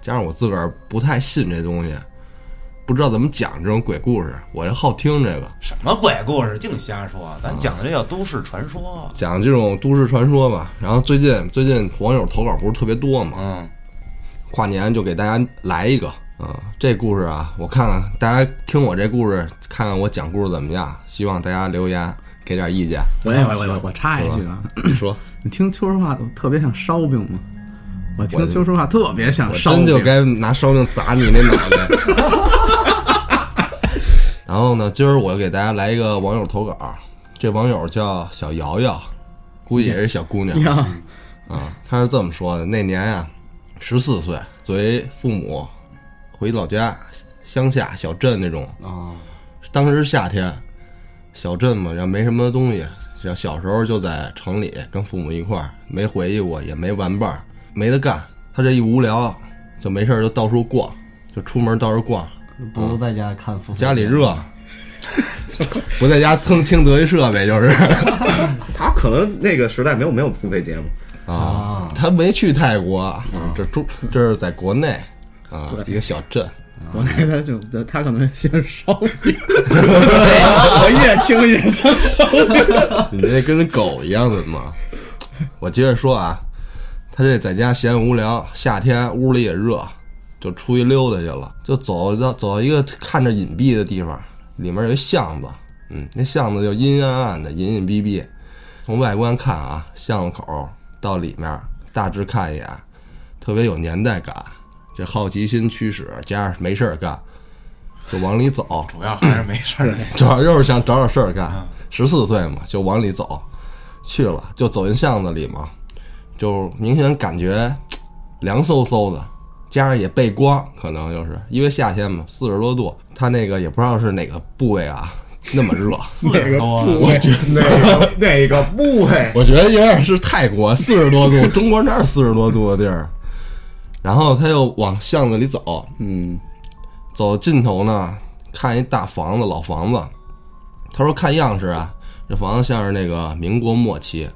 G: 加上我自个儿不太信这东西，不知道怎么讲这种鬼故事，我就好听这个，
C: 什么鬼故事，净瞎说。咱讲的这叫都市传说。
G: 讲这种都市传说吧。然后最近最近网友投稿不是特别多嘛，
C: 嗯，
G: 跨年就给大家来一个啊、这故事啊，我看看大家听我这故事，看看我讲故事怎么样，希望大家留言给点意见。
H: 我也我我我我插一句啊，
G: 说，
H: 你听秋说话特别像烧饼吗？我听秋说话特别像
G: 我
H: 烧饼，
G: 真就该拿烧饼砸你那脑袋。 然后呢，今儿我给大家来一个网友投稿，这网友叫小瑶瑶，估计也是小姑娘。
H: 嗯呀，
G: 啊，他是这么说的：那年呀、十四岁，作为父母回老家乡下小镇那种
F: 哦，
G: 当时是夏天，小镇嘛，然后没什么东西，然后小时候就在城里跟父母一块儿，没回忆过，也没玩伴儿，没得干。他这一无聊，就没事儿就到处逛，就出门到处逛，
F: 不如在嗯家看付费
G: 家里热，不在家听听德云社呗，就是。
E: 他可能那个时代没有没有付费节目，
G: 啊，他没去泰
H: 啊
G: 国，这中这是在国内啊，一个小镇。
H: 我那他就他可能像烧饼，我越听越像烧 饼。
G: 你这跟狗一样的嘛。我接着说啊，他这在家闲无聊，夏天屋里也热，就出去溜达去了，就走到走到一个看着隐蔽的地方，里面有一巷子，嗯，那巷子就阴阴暗暗的，隐隐蔽蔽。从外观看啊，巷子口到里面大致看一眼，特别有年代感。这好奇心驱使，加上没事儿干，就往里走。
C: 主要还是没事儿。
G: 主要就是想找点事儿
C: 嗯
G: 干。十四岁嘛，就往里走，去了就走进巷子里嘛，就明显感觉凉飕飕的，加上也背光，可能就是因为夏天嘛，四十多度，他那个也不知道是哪个部位啊，那么热。
C: 四十多了，
E: 我觉得那个那个不会，
G: 我觉得有点是泰国四十多度， 中国哪有四十多度的地儿？然后他又往巷子里走，嗯，走尽头呢，看一大房子，老房子。他说看样式啊，这房子像是那个民国末期。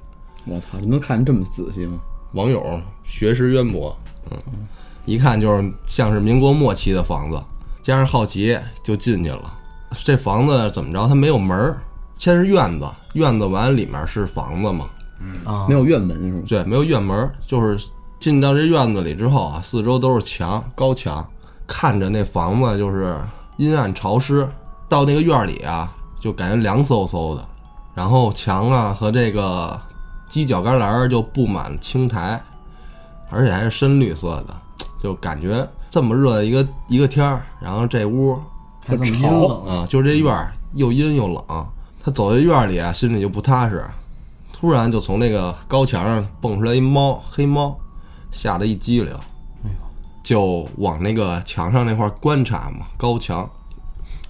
H: 我操，你能看这么仔细吗？
G: 网友学识渊博，嗯，一看就是像是民国末期的房子，加上好奇就进去了。这房子怎么着？它没有门儿，先是院子，院子完里面是房子嘛，
H: 嗯
F: 啊
H: 没，有院门是吗？
G: 对，没有院门儿，就是进到这院子里之后啊，四周都是墙，高墙，看着那房子就是阴暗潮湿。到那个院儿里啊，就感觉凉飕飕的，然后墙啊和这个犄角旮旯儿就布满青苔，而且还是深绿色的，就感觉这么热的一个一个天儿，然后这屋
F: 还这么阴冷
G: 啊，就这院儿又阴又冷，他走在院儿里啊，心里就不踏实。突然就从那个高墙上蹦出来一猫，黑猫，吓得一激灵，就往那个墙上那块儿观察嘛，高墙。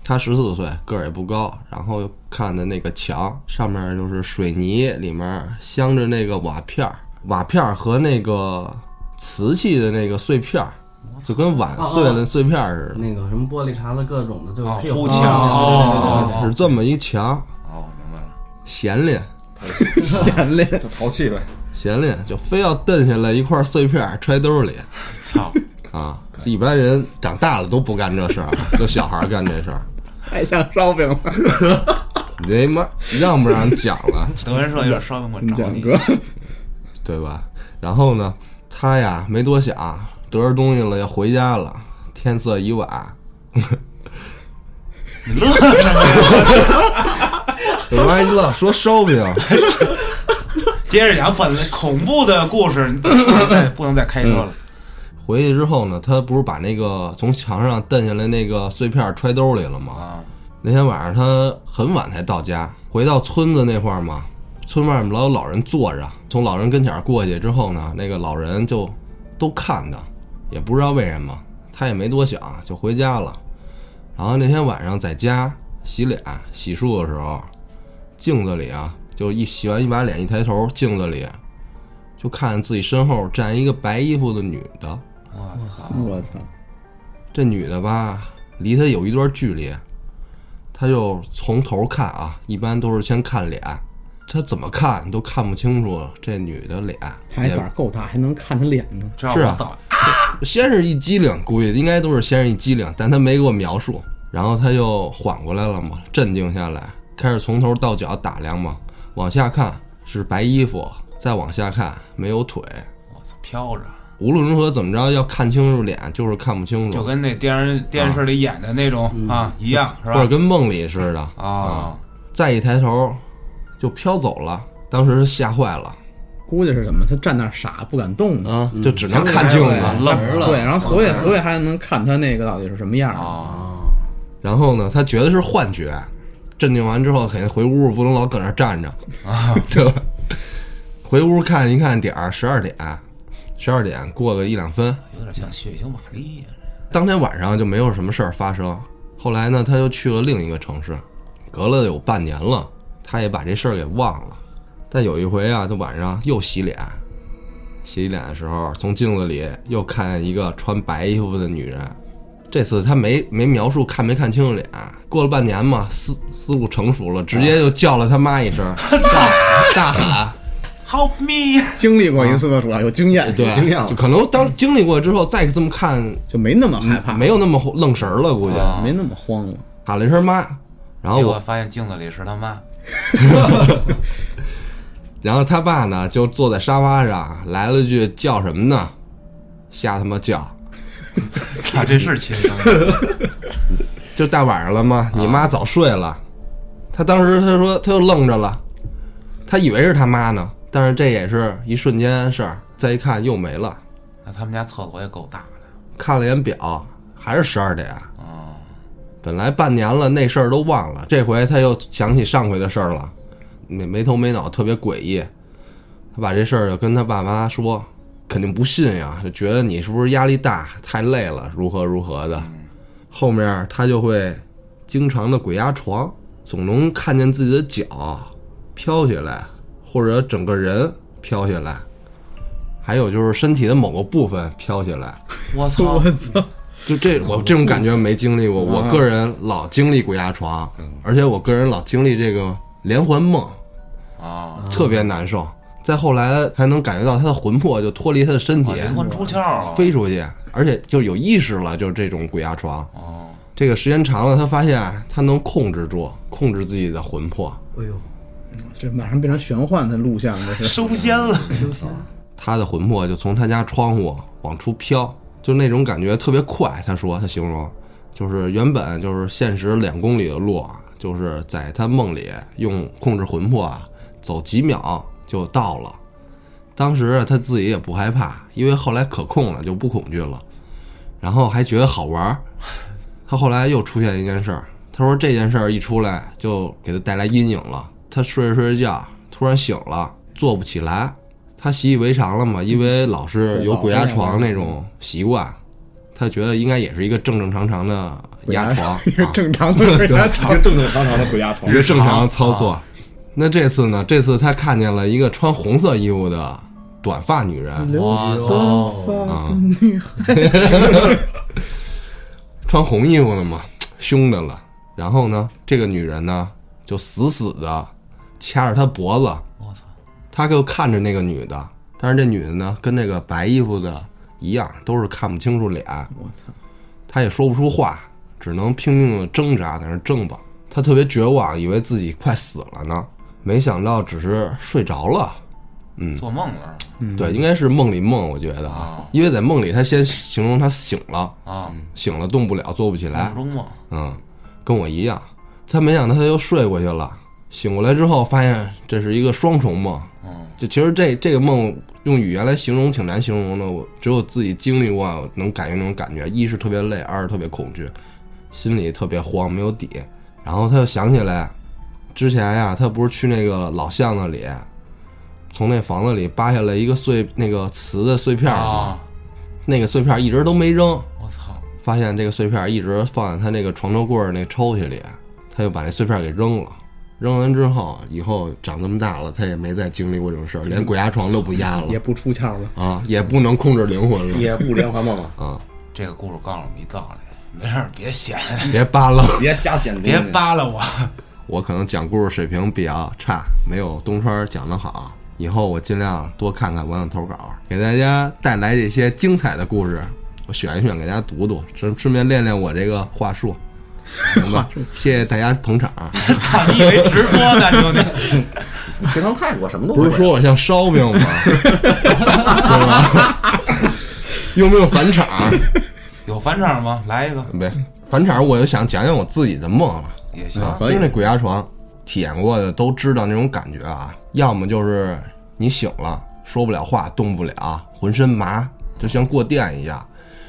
G: 他十四岁，个儿也不高，然后看的那个墙上面就是水泥，里面镶着那个瓦片儿，瓦片儿和那个瓷器的那个碎片儿，就跟碗碎了碎片儿似的。
F: 那个什么玻璃碴子各种的，就
C: 啊
F: 是有
C: 糊
F: 的
C: 墙
F: 对对对对对
C: 哦
F: 对
G: 是这么一墙，
C: 哦，我明白了。
G: 闲练
E: 就淘气呗。
G: 闲练，就非要蹬下来一块碎片儿揣 兜里
C: 操！
G: 啊！一般人长大了都不干这事儿，就小孩儿干这事儿。
H: 太像烧饼了，
G: 你这妈让不让人讲了，
C: 德云社有点烧饼，我找
H: 蒋
C: 你。
H: 哥。
G: 对吧？然后呢，他呀没多想，得着东西了要回家了，天色 已晚。
C: 你乐什么呀？
G: 我妈一乐说烧饼，
C: 接着讲本来恐怖的故事，你不能再不能再开车了。
G: 回去之后呢，他不是把那个从墙上蹬下来那个碎片揣兜里了吗？
C: 啊，
G: 那天晚上他很晚才到家，回到村子那块儿嘛，村外面老有老人坐着，从老人跟前儿过去之后呢，那个老人就都看他，也不知道为什么，他也没多想就回家了。然后那天晚上在家洗脸洗漱的时候，镜子里啊，就一洗完一把脸一抬头，镜子里就看自己身后站一个白衣服的女的。
C: 我操！
H: 我操！
G: 这女的吧，离他有一段距离，他就从头看啊，一般都是先看脸，他怎么看都看不清楚这女的脸，
H: 还胆儿够大，还能看他脸呢。
C: 这让
G: 是啊
C: 我早
G: 先是一激灵，估计应该都是先是一激灵，但他没给我描述，然后他就缓过来了嘛，镇静下来，开始从头到脚打量嘛，往下看是白衣服，再往下看没有腿，
C: 我操飘着，
G: 无论如何怎么着要看清楚脸就是看不清楚，
C: 就跟那电视电视里演的那种啊一样，是
G: 嗯或者嗯
C: 吧？
G: 跟梦里似的
C: 啊，
G: 再一抬头就飘走了，当时吓坏了
H: 估计是什么？他站那儿傻，不敢动呢。
G: 啊，就只能看镜子。
H: 愣了。对，然后所以所以还能看他那个到底是什么样啊？
G: 然后呢，他觉得是幻觉，镇静完之后肯定回屋不能老搁那儿站着啊， 对吧？回屋看一看点儿，十二点，十二点过个一两分，
C: 有点像血腥玛丽啊呀。
G: 当天晚上就没有什么事儿发生。后来呢，他又去了另一个城市，隔了有半年了，他也把这事儿给忘了。但有一回啊，他晚上又洗脸，洗脸的时候从镜子里又看见一个穿白衣服的女人。这次他没没描述看没看清楚脸，过了半年嘛，思思路成熟了，直接就叫了他妈一声，大大喊，
C: Help me！
H: 经历过一次的主要有经验，
G: 对，
H: 有经验了
G: 就可能当经历过之后再这么看，
H: 就没那么害怕，
G: 没有那么愣神儿了，估计。
B: 啊
H: 没那么慌了。
G: 喊了一声妈，然后
C: 结果
G: 啊我，
C: 发现镜子里是他妈，
G: 然后他爸呢就坐在沙发上来了句叫什么呢？瞎他妈叫！
C: 啊，这是亲生的，
G: 就大晚上了嘛，你妈早睡了。他当时他说他又愣着了，他以为是他妈呢，但是这也是一瞬间事儿。再一看又没了，
C: 那他们家厕所也够大的，
G: 看了眼表还是十二点。本来半年了，那事儿都忘了，这回他又想起上回的事儿了，没没头没脑，特别诡异。他把这事儿就跟他爸妈说，肯定不信呀，就觉得你是不是压力大，太累了，如何如何的。后面他就会经常的鬼压床，总能看见自己的脚飘起来，或者整个人飘起来，还有就是身体的某个部分飘起来。
C: 我操！
G: 就这，我这种感觉没经历过。我个人老经历鬼压床，而且我个人老经历这个连环梦，
C: 啊，
G: 特别难受。再后来才能感觉到他的魂魄就脱离他的身体，
C: 灵魂出窍了，
G: 飞出去，而且就有意识了，就是这种鬼压床。
C: 哦，
G: 这个时间长了，他发现他能控制住，控制自己的魂魄。
F: 哎呦，
H: 这马上变成玄幻的录像，这是。
C: 修仙了，
G: 他的魂魄就从他家窗户往出飘，就那种感觉特别快。他说，他形容就是原本就是现实两公里的路啊，就是在他梦里用控制魂魄啊，走几秒就到了。当时啊他自己也不害怕，因为后来可控了，就不恐惧了，然后还觉得好玩儿。他后来又出现一件事儿，他说这件事儿一出来就给他带来阴影了。他睡着睡着觉，突然醒了，坐不起来。他习以为常了嘛，因为嗯老是有鬼压床那种习惯，他觉得应该也是一个正正常常的压床，啊
H: 正常的鬼压床，
E: 正正常常的鬼压床
G: 一。个正常操作。啊那这次呢？这次他看见了一个穿红色衣服的短发女人，啊
C: 我操！
G: 穿红衣服的嘛，凶着了。然后呢，这个女人呢就死死的掐着他脖子，我操！他就看着那个女的，但是这女的呢跟那个白衣服的一样，都是看不清楚脸，
H: 我操！
G: 他也说不出话，只能拼命的挣扎在那儿挣吧。他特别绝望，以为自己快死了呢，没想到只是睡着了。嗯
C: 做梦了
G: 对，应该是梦里梦，我觉得啊
C: 啊，
G: 因为在梦里他先形容他醒了，
C: 啊，
G: 醒了动不了，坐不起来
C: 梦，中梦，
G: 嗯，跟我一样。他没想到他又睡过去了，醒过来之后发现这是一个双重梦。
C: 嗯，
G: 就其实这这个梦用语言来形容挺难形容的，我只有自己经历过，我能感觉那种感觉。一是特别累，二是特别恐惧，心里特别慌，没有底。然后他就想起来，之前呀，他不是去那个老巷子里，从那房子里扒下来一个碎那个瓷的碎片儿吗
C: 啊，
G: 那个碎片儿一直都没扔，
C: 我操，
G: 发现这个碎片儿一直放在他那个床头柜儿那抽屉里，他就把那碎片儿给扔了。扔完之后，以后长这么大了，他也没再经历过这种事儿，连鬼压床都不压了
H: 也不出窍了，
G: 啊，也不能控制灵魂了
H: 也不连环梦了。
G: 啊！
C: 这个故事告诉我们一道理，没事儿别闲，
G: 别扒拉，
E: 别瞎剪别
C: 别扒拉我。
G: 我可能讲故事水平比较差，没有东川讲的好。以后我尽量多看看网友投稿，给大家带来这些精彩的故事，我选一选给大家读读，顺顺便练练我这个话术，行 吧？谢谢大家捧场。
C: 操，你以为直播呢？兄弟，
D: 去趟泰国什么都
G: 不是
D: 会
G: 说我像烧饼吗？对吧？用不用返场？
C: 有返场吗？来一个
G: 没返场，我就想讲讲我自己的梦了。
C: 也行。
G: 啊，就是那鬼压床，体验过的都知道那种感觉啊。要么就是你醒了说不了话，动不了，浑身麻，就像过电一样，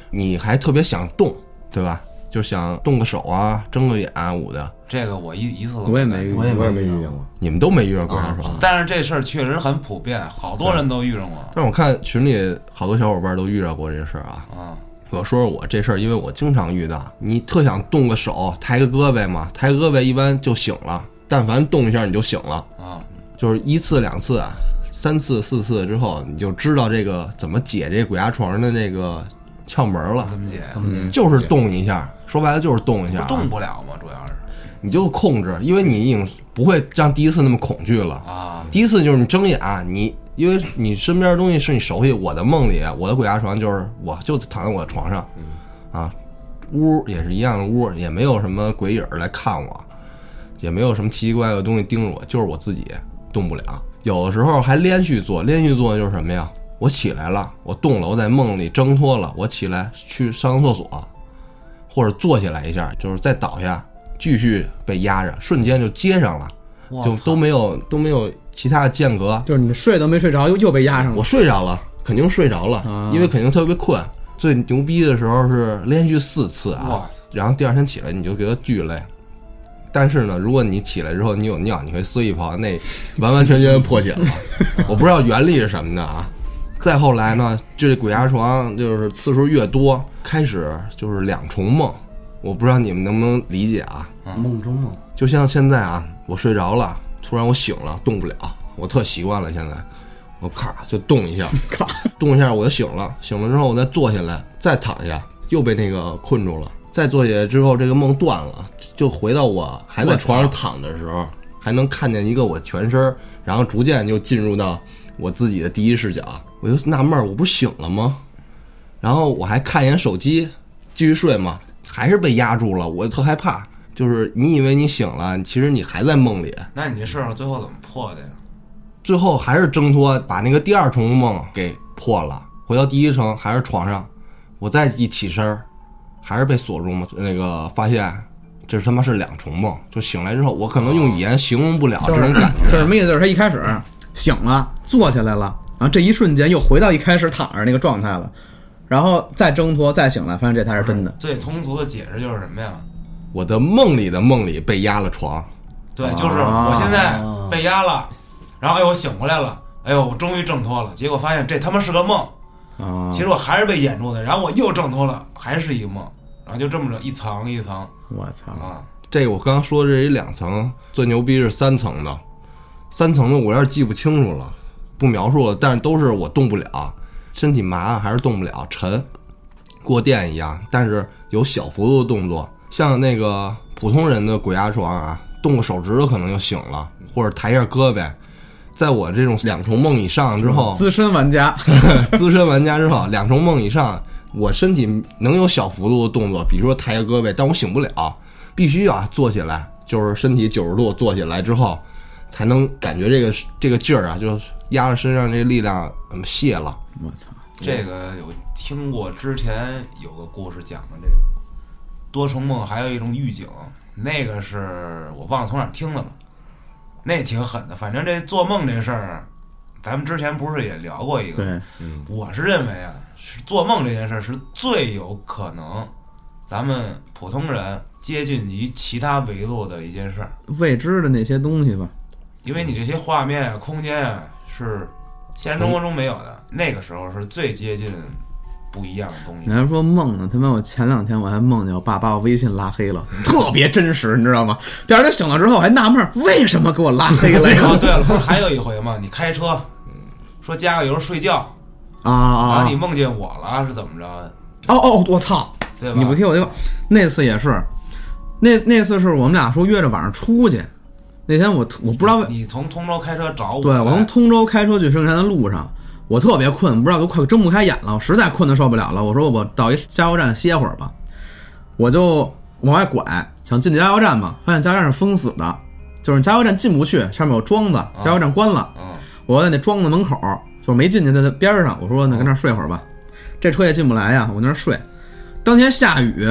G: 你还特别想动，对吧？就想动个手啊，睁个眼啊，捂的。
C: 这个我一一次都
H: 我也没遇
F: 我也
D: 我也
F: 没
D: 没遇见过。
G: 你们都没遇到鬼压床，
C: 但是这事儿确实很普遍，好多人都遇上过。
G: 但是我看群里好多小伙伴都遇到过这事儿啊。
C: 啊，
G: 我说说我这事儿，因为我经常遇到，你特想动个手，抬个胳膊嘛，抬胳膊一般就醒了，但凡动一下你就醒了。
C: 啊，
G: 就是一次两次啊，三次四次之后，你就知道这个怎么解这鬼压床的那个窍门了
C: 怎，么解？
G: 就是动一下，说白了就是动一下、啊
C: 动，嗯不了嘛，主要是
G: 你就控制，因为你已经不会像第一次那么恐惧了。
C: 啊，
G: 第一次就是你睁眼，啊你因为你身边的东西是你熟悉。我的梦里，我的鬼压床就是我就躺在我的床上，啊，屋也是一样的屋，也没有什么鬼影儿来看我，也没有什么奇奇怪怪的东西盯着我，就是我自己动不了。有的时候还连续做，连续做就是什么呀？我起来了，我动了，我在梦里挣脱了，我起来去上个厕所，或者坐起来一下，就是再倒下，继续被压着，瞬间就接上了。就都没有都没有其他的间隔。
H: 就是你睡都没睡着，又又被压上了
G: 我。睡着了，肯定睡着了，因为肯定特别困。最牛逼的时候是连续四次啊
C: 哇，
G: 然后第二天起来你就觉得巨累。但是呢，如果你起来之后你有尿，你会撕一泡，那完完全全破解了。我不知道原理是什么的啊。再后来呢，这鬼压床就是次数越多，开始就是两重梦。我不知道你们能不能理解啊？
F: 梦中梦，
G: 就像现在啊，我睡着了，突然我醒了，动不了，我特习惯了。现在我咔就动一下，咔动一下我就醒了，醒了之后我再坐下来，再躺下，又被那个困住了。再坐下来之后，这个梦断了，就回到我还在床上躺的时候，还能看见一个我全身儿，然后逐渐就进入到我自己的第一视角。我就纳闷儿，我不醒了吗？然后我还看一眼手机，继续睡嘛，还是被压住了，我特害怕。就是你以为你醒了，其实你还在梦里，
C: 那你这事儿最后怎么破的呀？
G: 最后还是挣脱，把那个第二重梦给破了。回到第一层还是床上，我再一起身儿，还是被锁住嘛。那个发现这他妈是两重梦，就醒来之后，我可能用语言形容不了这种感觉。
H: 这什么意思？就是他一开始醒了，坐起来了，然后这一瞬间又回到一开始躺着那个状态了，然后再挣脱，再醒来，发现这才是真的。
C: 最通俗的解释就是什么呀？
G: 我的梦里的梦里被压了床，
C: 对，就是
H: 啊
C: 我现在被压了，然后哎，我醒过来了，哎呦，我终于挣脱了，结果发现这他妈是个梦，
H: 啊，
C: 其实我还是被掩住的，然后我又挣脱了，还是一梦，然后就这么着一层一层
H: 我操！
C: 啊，
G: 这个我刚说这是一两层，最牛逼是三层的，三层的我要是记不清楚了，不描述了，但是都是我动不了，身体麻还是动不了，沉，过电一样，但是有小幅度的动作，像那个普通人的鬼压床啊，动个手指头可能就醒了，或者抬一下胳膊，在我这种两重梦以上之
B: 哦
G: 后，
H: 资深玩家，
G: 资深玩家之后，两重梦以上，我身体能有小幅度的动作，比如说抬个胳膊，但我醒不了，必须啊坐起来，就是身体九十度坐起来之后，才能感觉这个这个劲儿啊，就是压着身上这力量嗯泄了。
H: 我操！
C: 这个有听过之前有个故事讲的这个多重梦，还有一种预警，那个是我忘了从哪儿听的了，那挺狠的。反正这做梦这事儿，咱们之前不是也聊过一个？
H: 对，
C: 我是认为啊，是做梦这件事儿是最有可能咱们普通人接近于其他维度的一件事儿，
B: 未知的那些东西吧。
C: 因
B: 嗯
C: 为你这些画面啊、空间啊是现实生活中没有的，那个时候是最接近不一样的东西
B: 你。还说梦呢？他妈，我前两天我还梦见我爸把我微信拉黑了，特别真实，你知道吗？第二天醒了之后还纳闷儿，为什么给我拉黑 了
C: 然后
B: 呀？
C: 哦对了，不是还有一回吗？你开车，说加个油睡觉，
B: 啊嗯
C: 然
B: 啊
C: 后！你梦见我了，是怎么着？
B: 哦哦，我操！
C: 对吧？
B: 你不听我就那次也是，那那次是我们俩说约着晚上出去，那天我特我不知道为
C: 你你哎从通州开车找我来，
B: 对我从通州开车去圣山的路上，我特别困，不知道都快睁不开眼了，我实在困得受不了了。我说我到一加油站歇会儿吧，我就往外拐，想进加油站嘛，发现加油站是封死的，就是加油站进不去，上面有桩
C: 啊
B: 子，加油站关了。
C: 嗯，
B: 我在那庄子门口，就是没进去，在那边上。我说那跟那儿睡会儿吧，这车也进不来呀，我在那儿睡。当天下雨，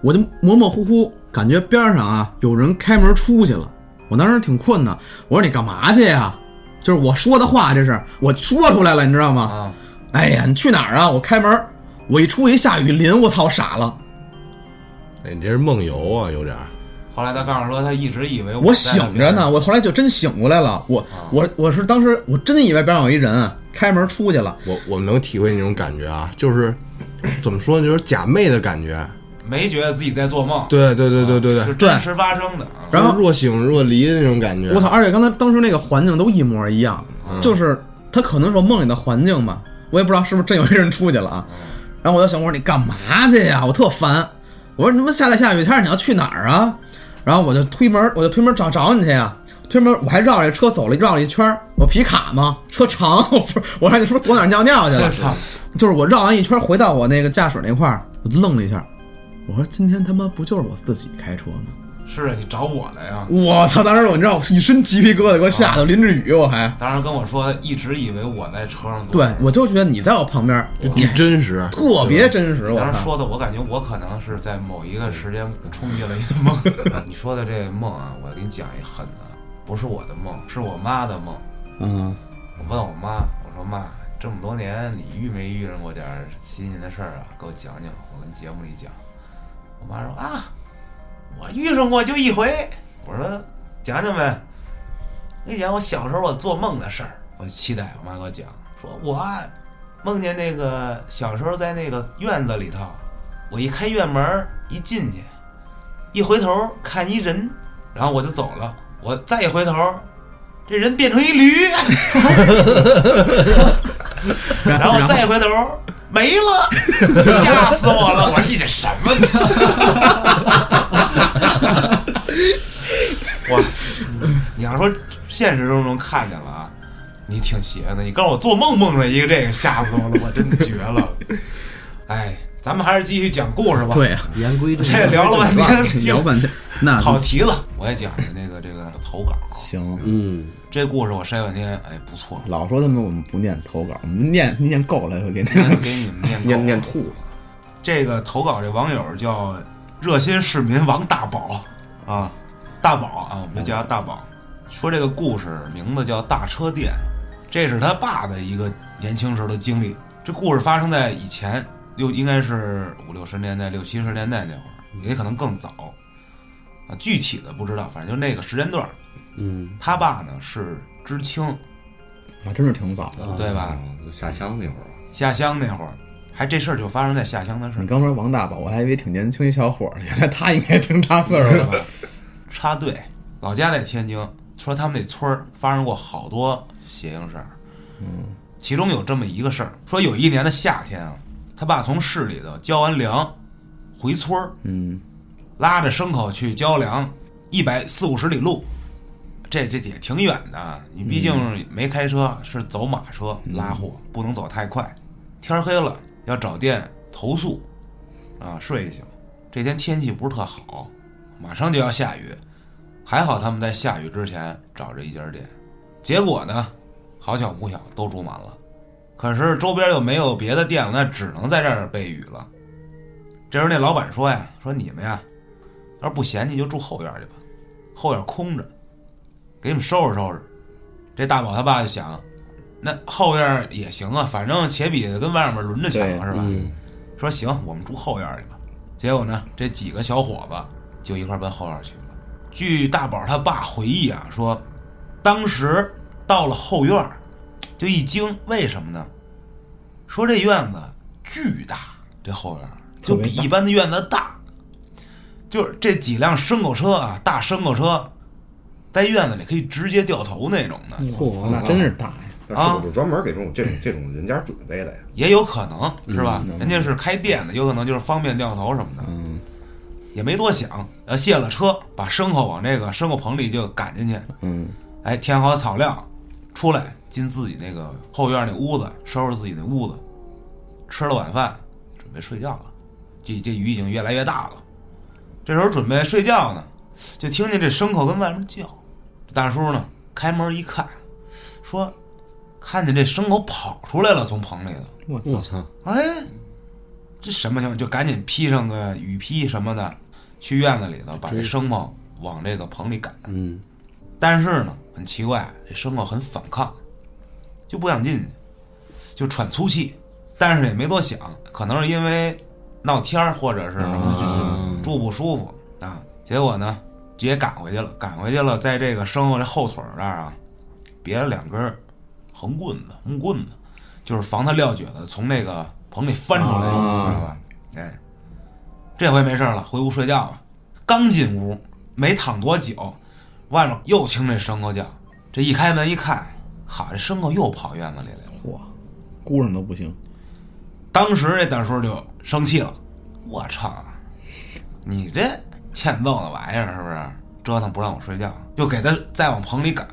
B: 我就模模糊糊感觉边上啊有人开门出去了。我当时挺困的，我说你干嘛去呀？就是我说的话，这是我说出来了，你知道吗？
C: 啊
B: 哎呀，你去哪儿啊？我开门，我一出一下雨淋，我操，傻了。
E: 哎，你这是梦游啊，有点儿。
C: 后来他告诉说，他一直以为
B: 我
C: 在那
B: 醒
C: 边
B: 着呢，，我后来就真醒过来了。我我我是当时我真以为边上有一人啊开门出去了。
E: 我我们能体会那种感觉啊，就是怎么说呢，就是假寐的感觉。
C: 没觉得自己在做梦，
E: 对对对对对
C: 是
H: 啊
E: 对，
C: 真实发生的啊。
B: 然后
E: 就是若醒若离的那种感觉。
B: 我操！，而且刚才当时那个环境都一模一样，就是他可能是我梦里的环境吧，我也不知道是不是真有一人出去了啊。然后我就想，我说你干嘛去呀？我特烦。我说你他妈下大下雨天儿你要去哪儿啊？然后我就推门，我就推门找找你去呀。推门我还绕着车走了绕了一圈儿，我皮卡嘛，车长， 我不是我让你是不是躲哪儿尿尿去了？就是我绕完一圈儿回到我那个驾驶那块儿，我愣了一下，我说今天他妈不就是我自己开车吗？
C: 是啊，你找我来呀？
B: 我操！当时我你知道，我一身鸡皮疙瘩，给我吓得淋着雨，我还
C: 当时跟我说，一直以为我在车上做
B: 对
C: 梦。
B: 我就觉得你在我旁边，你
E: 真实，
B: 特别真实，我
C: 当时
B: 操！
C: 说的，我感觉我可能是在某一个时间冲进了一个梦。你说的这梦啊，我给你讲一狠的，不是我的梦，是我妈的梦。
H: 嗯，
C: 我问我妈，我说妈，这么多年你遇没遇上过点儿新鲜的事儿啊？给我讲讲，我跟节目里讲。我妈说啊，我遇上过就一回。我说讲讲呗。我跟你讲我小时候我做梦的事儿，我期待我妈给我讲，说我啊梦见那个小时候在那个院子里头，我一开院门儿一进去，一回头看一人，然后我就走了。我再一回头，这人变成一驴， 然后再一回头没了，吓死我了！我说你这什么呢？ 我操，你要说现实中中看见了啊，你挺邪的。你告诉我做梦梦着一个这个，吓死我了！我真的绝 了。哎，咱们还是继续讲故事吧。
B: 对啊，
F: 言归正
C: 这
F: 传，
C: 聊了半天，这
B: 聊半天，那
C: 跑题了。我也讲一个那个这个投稿，
H: 行，
F: 嗯，
C: 这故事我筛半天，哎，不错，
H: 老说他们我们不念投稿，我们念念够了，我 给你。
C: 给你们念够
D: 念
C: 了
D: 念吐了。
C: 这个投稿这网友叫热心市民王大宝啊，大宝啊，我们就叫他大宝。说这个故事名字叫《大车店》，这是他爸的一个年轻时候的经历。这故事发生在以前六，应该是五六十年代、六七十年代那会儿，也可能更早啊，具体的不知道，反正就那个时间段儿。
F: 嗯，
C: 他爸呢是知青，
H: 啊，真是挺早的。
C: 对吧？
D: 哦？就下乡那会儿，
C: 下乡那会儿，还这事儿就发生在下乡的事儿
H: 你。刚说王大宝，我还以为挺年轻一小伙儿，原来他应该挺大岁数
C: 是
H: 了。
C: 吧？ 插队，老家在天津，说他们那村儿发生过好多邪性事儿。嗯，其中有这么一个事儿，说有一年的夏天啊，他爸从市里头交完粮，回村儿，嗯，拉着牲口去交粮，一百四五十里路。这这也挺远的啊，你毕竟没开车，是走马车拉货，不能走太快。天儿黑了要找店投诉，啊，睡一宿。这天天气不是特好，马上就要下雨，还好他们在下雨之前找着一家店。结果呢，好巧不巧都住满了，可是周边又没有别的店了，那只能在这儿避雨了。这时候那老板说呀：“说你们呀，要是不嫌弃就住后院去吧，后院空着，给你们收拾收拾。”这大宝他爸就想，那后院也行啊，反正且比跟外面轮着强是吧？说行，我们住后院去吧。结果呢，这几个小伙子就一块儿奔后院去了。据大宝他爸回忆啊，说当时到了后院儿，就一惊，为什么呢？说这院子巨大，这后院儿就比一般的院子大，就是这几辆牲口车啊，大牲口车在院子里可以直接掉头那种的，
H: 嚯，嗯那真是大呀！
C: 啊
I: 那是不是专门给这种这种这种人家准备的呀？
C: 也有可能是吧？人家是开店的，有可能就是方便掉头什么的。嗯，也没多想，呃，卸了车，把牲口往这个牲口棚里就赶进去。
H: 嗯，
C: 哎，填好草料，出来进自己那个后院那屋子，收拾自己那屋子，吃了晚饭，准备睡觉了。这这雨已经越来越大了，这时候准备睡觉呢，就听见这牲口跟外面叫。大叔呢，开门一看，说看见这牲口跑出来了，从棚里头。
F: 我操！
C: 哎，这什么情况？就赶紧披上个雨披什么的，去院子里头把这牲口往这个棚里赶。
F: 嗯，
C: 但是呢，很奇怪，这牲口很反抗，就不想进去，就喘粗气，但是也没多想，可能是因为闹天儿或者是什么，就是住不舒服啊。结果呢，直接赶回去了，赶回去了，在这个牲口这后腿儿这儿啊，别了两根儿横棍子、木棍子，就是防他撂蹶子从那个棚里翻出来，
H: 啊
C: 你知道吧？哎，这回没事儿了，回屋睡觉吧。刚进屋，没躺多久，外面又听这牲口叫，这一开门一看，好，这牲口又跑院子里来了。
H: 嚯，箍上都不行。
C: 当时这大叔就生气了，我操，你这欠揍的玩意儿是不是？折腾不让我睡觉，就给他再往棚里赶。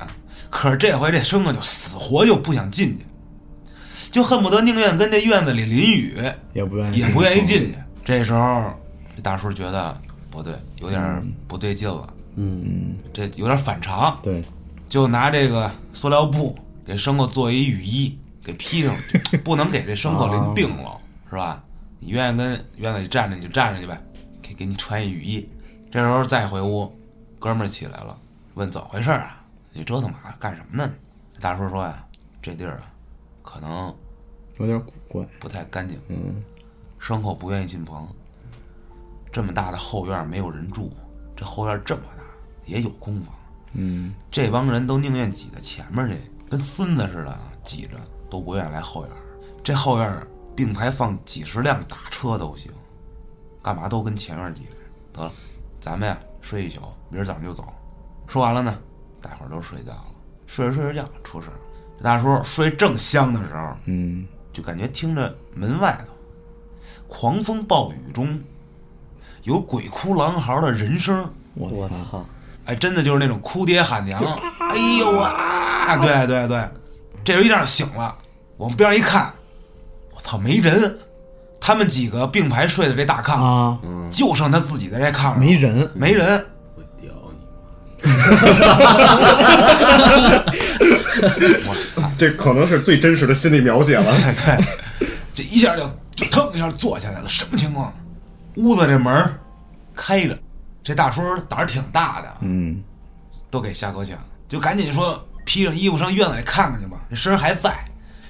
C: 可是这回这牲口就死活就不想进去，就恨不得宁愿跟这院子里淋雨，
H: 也不愿意，
C: 也不愿意进去。这时候，这大叔觉得不对，有点不对劲了，
F: 嗯，
C: 这有点反常，
H: 对，
C: 就拿这个塑料布给牲口做一雨衣，给披上， 就不能给这牲口淋病
H: 哦
C: 了，是吧？你愿意跟院子里站着你就站着去呗，给给你穿一雨衣。这时候再回屋，哥们儿起来了，问怎么回事儿啊？你折腾嘛干什么呢？大叔说呀，这地儿啊，可能
H: 有点古怪。
C: 不太干净，嗯，牲口不愿意进棚。这么大的后院没有人住，这后院这么大也有空房，嗯，这帮人都宁愿挤在前面这，跟孙子似的挤着，都不愿意来后院。这后院并排放几十辆大车都行，干嘛都跟前院挤着？得了，咱们呀睡一宿，明儿早上就走。说完了呢，大伙儿都睡觉了，睡着睡着觉出事儿了。这大叔睡正香的时候，
H: 嗯，
C: 就感觉听着门外头狂风暴雨中有鬼哭狼嚎的人声，
F: 我操！
C: 哎，真的就是那种哭爹喊娘，哎呦啊！对对对，这人一下醒了，往边上一看，我操，没人！他们几个并排睡的这大炕，
H: 啊，
C: 就剩他自己在这炕上，
H: 没人，
C: 没人。我操！
I: 这可能是最真实的心理描写了。
C: 这一下就就腾一下坐下来了，什么情况？屋子这门儿开着，这大叔胆儿挺大的，
H: 嗯，
C: 都给吓够呛，就赶紧说披上衣服上院子里看看去吧，这身还在。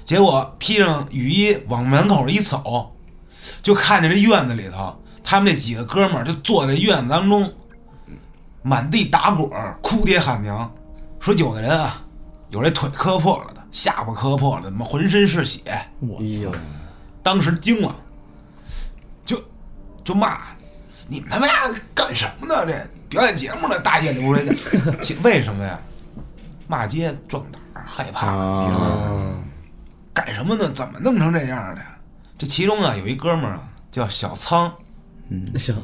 C: 结果披上雨衣往门口一走，就看见这院子里头，他们那几个哥们儿就坐在院子当中，满地打滚儿，哭爹喊娘，说有的人啊，有这腿磕破了的，下巴磕破了的，他妈浑身是血，
F: 哎呦，
C: 当时惊了，就就骂你们他妈干什么呢？这表演节目呢， 大夜里屋里的，其为什么呀？骂街壮胆儿，害怕，急了，干什么呢？怎么弄成这样的呀？这其中啊，有一哥们儿啊，叫小仓，
F: 行，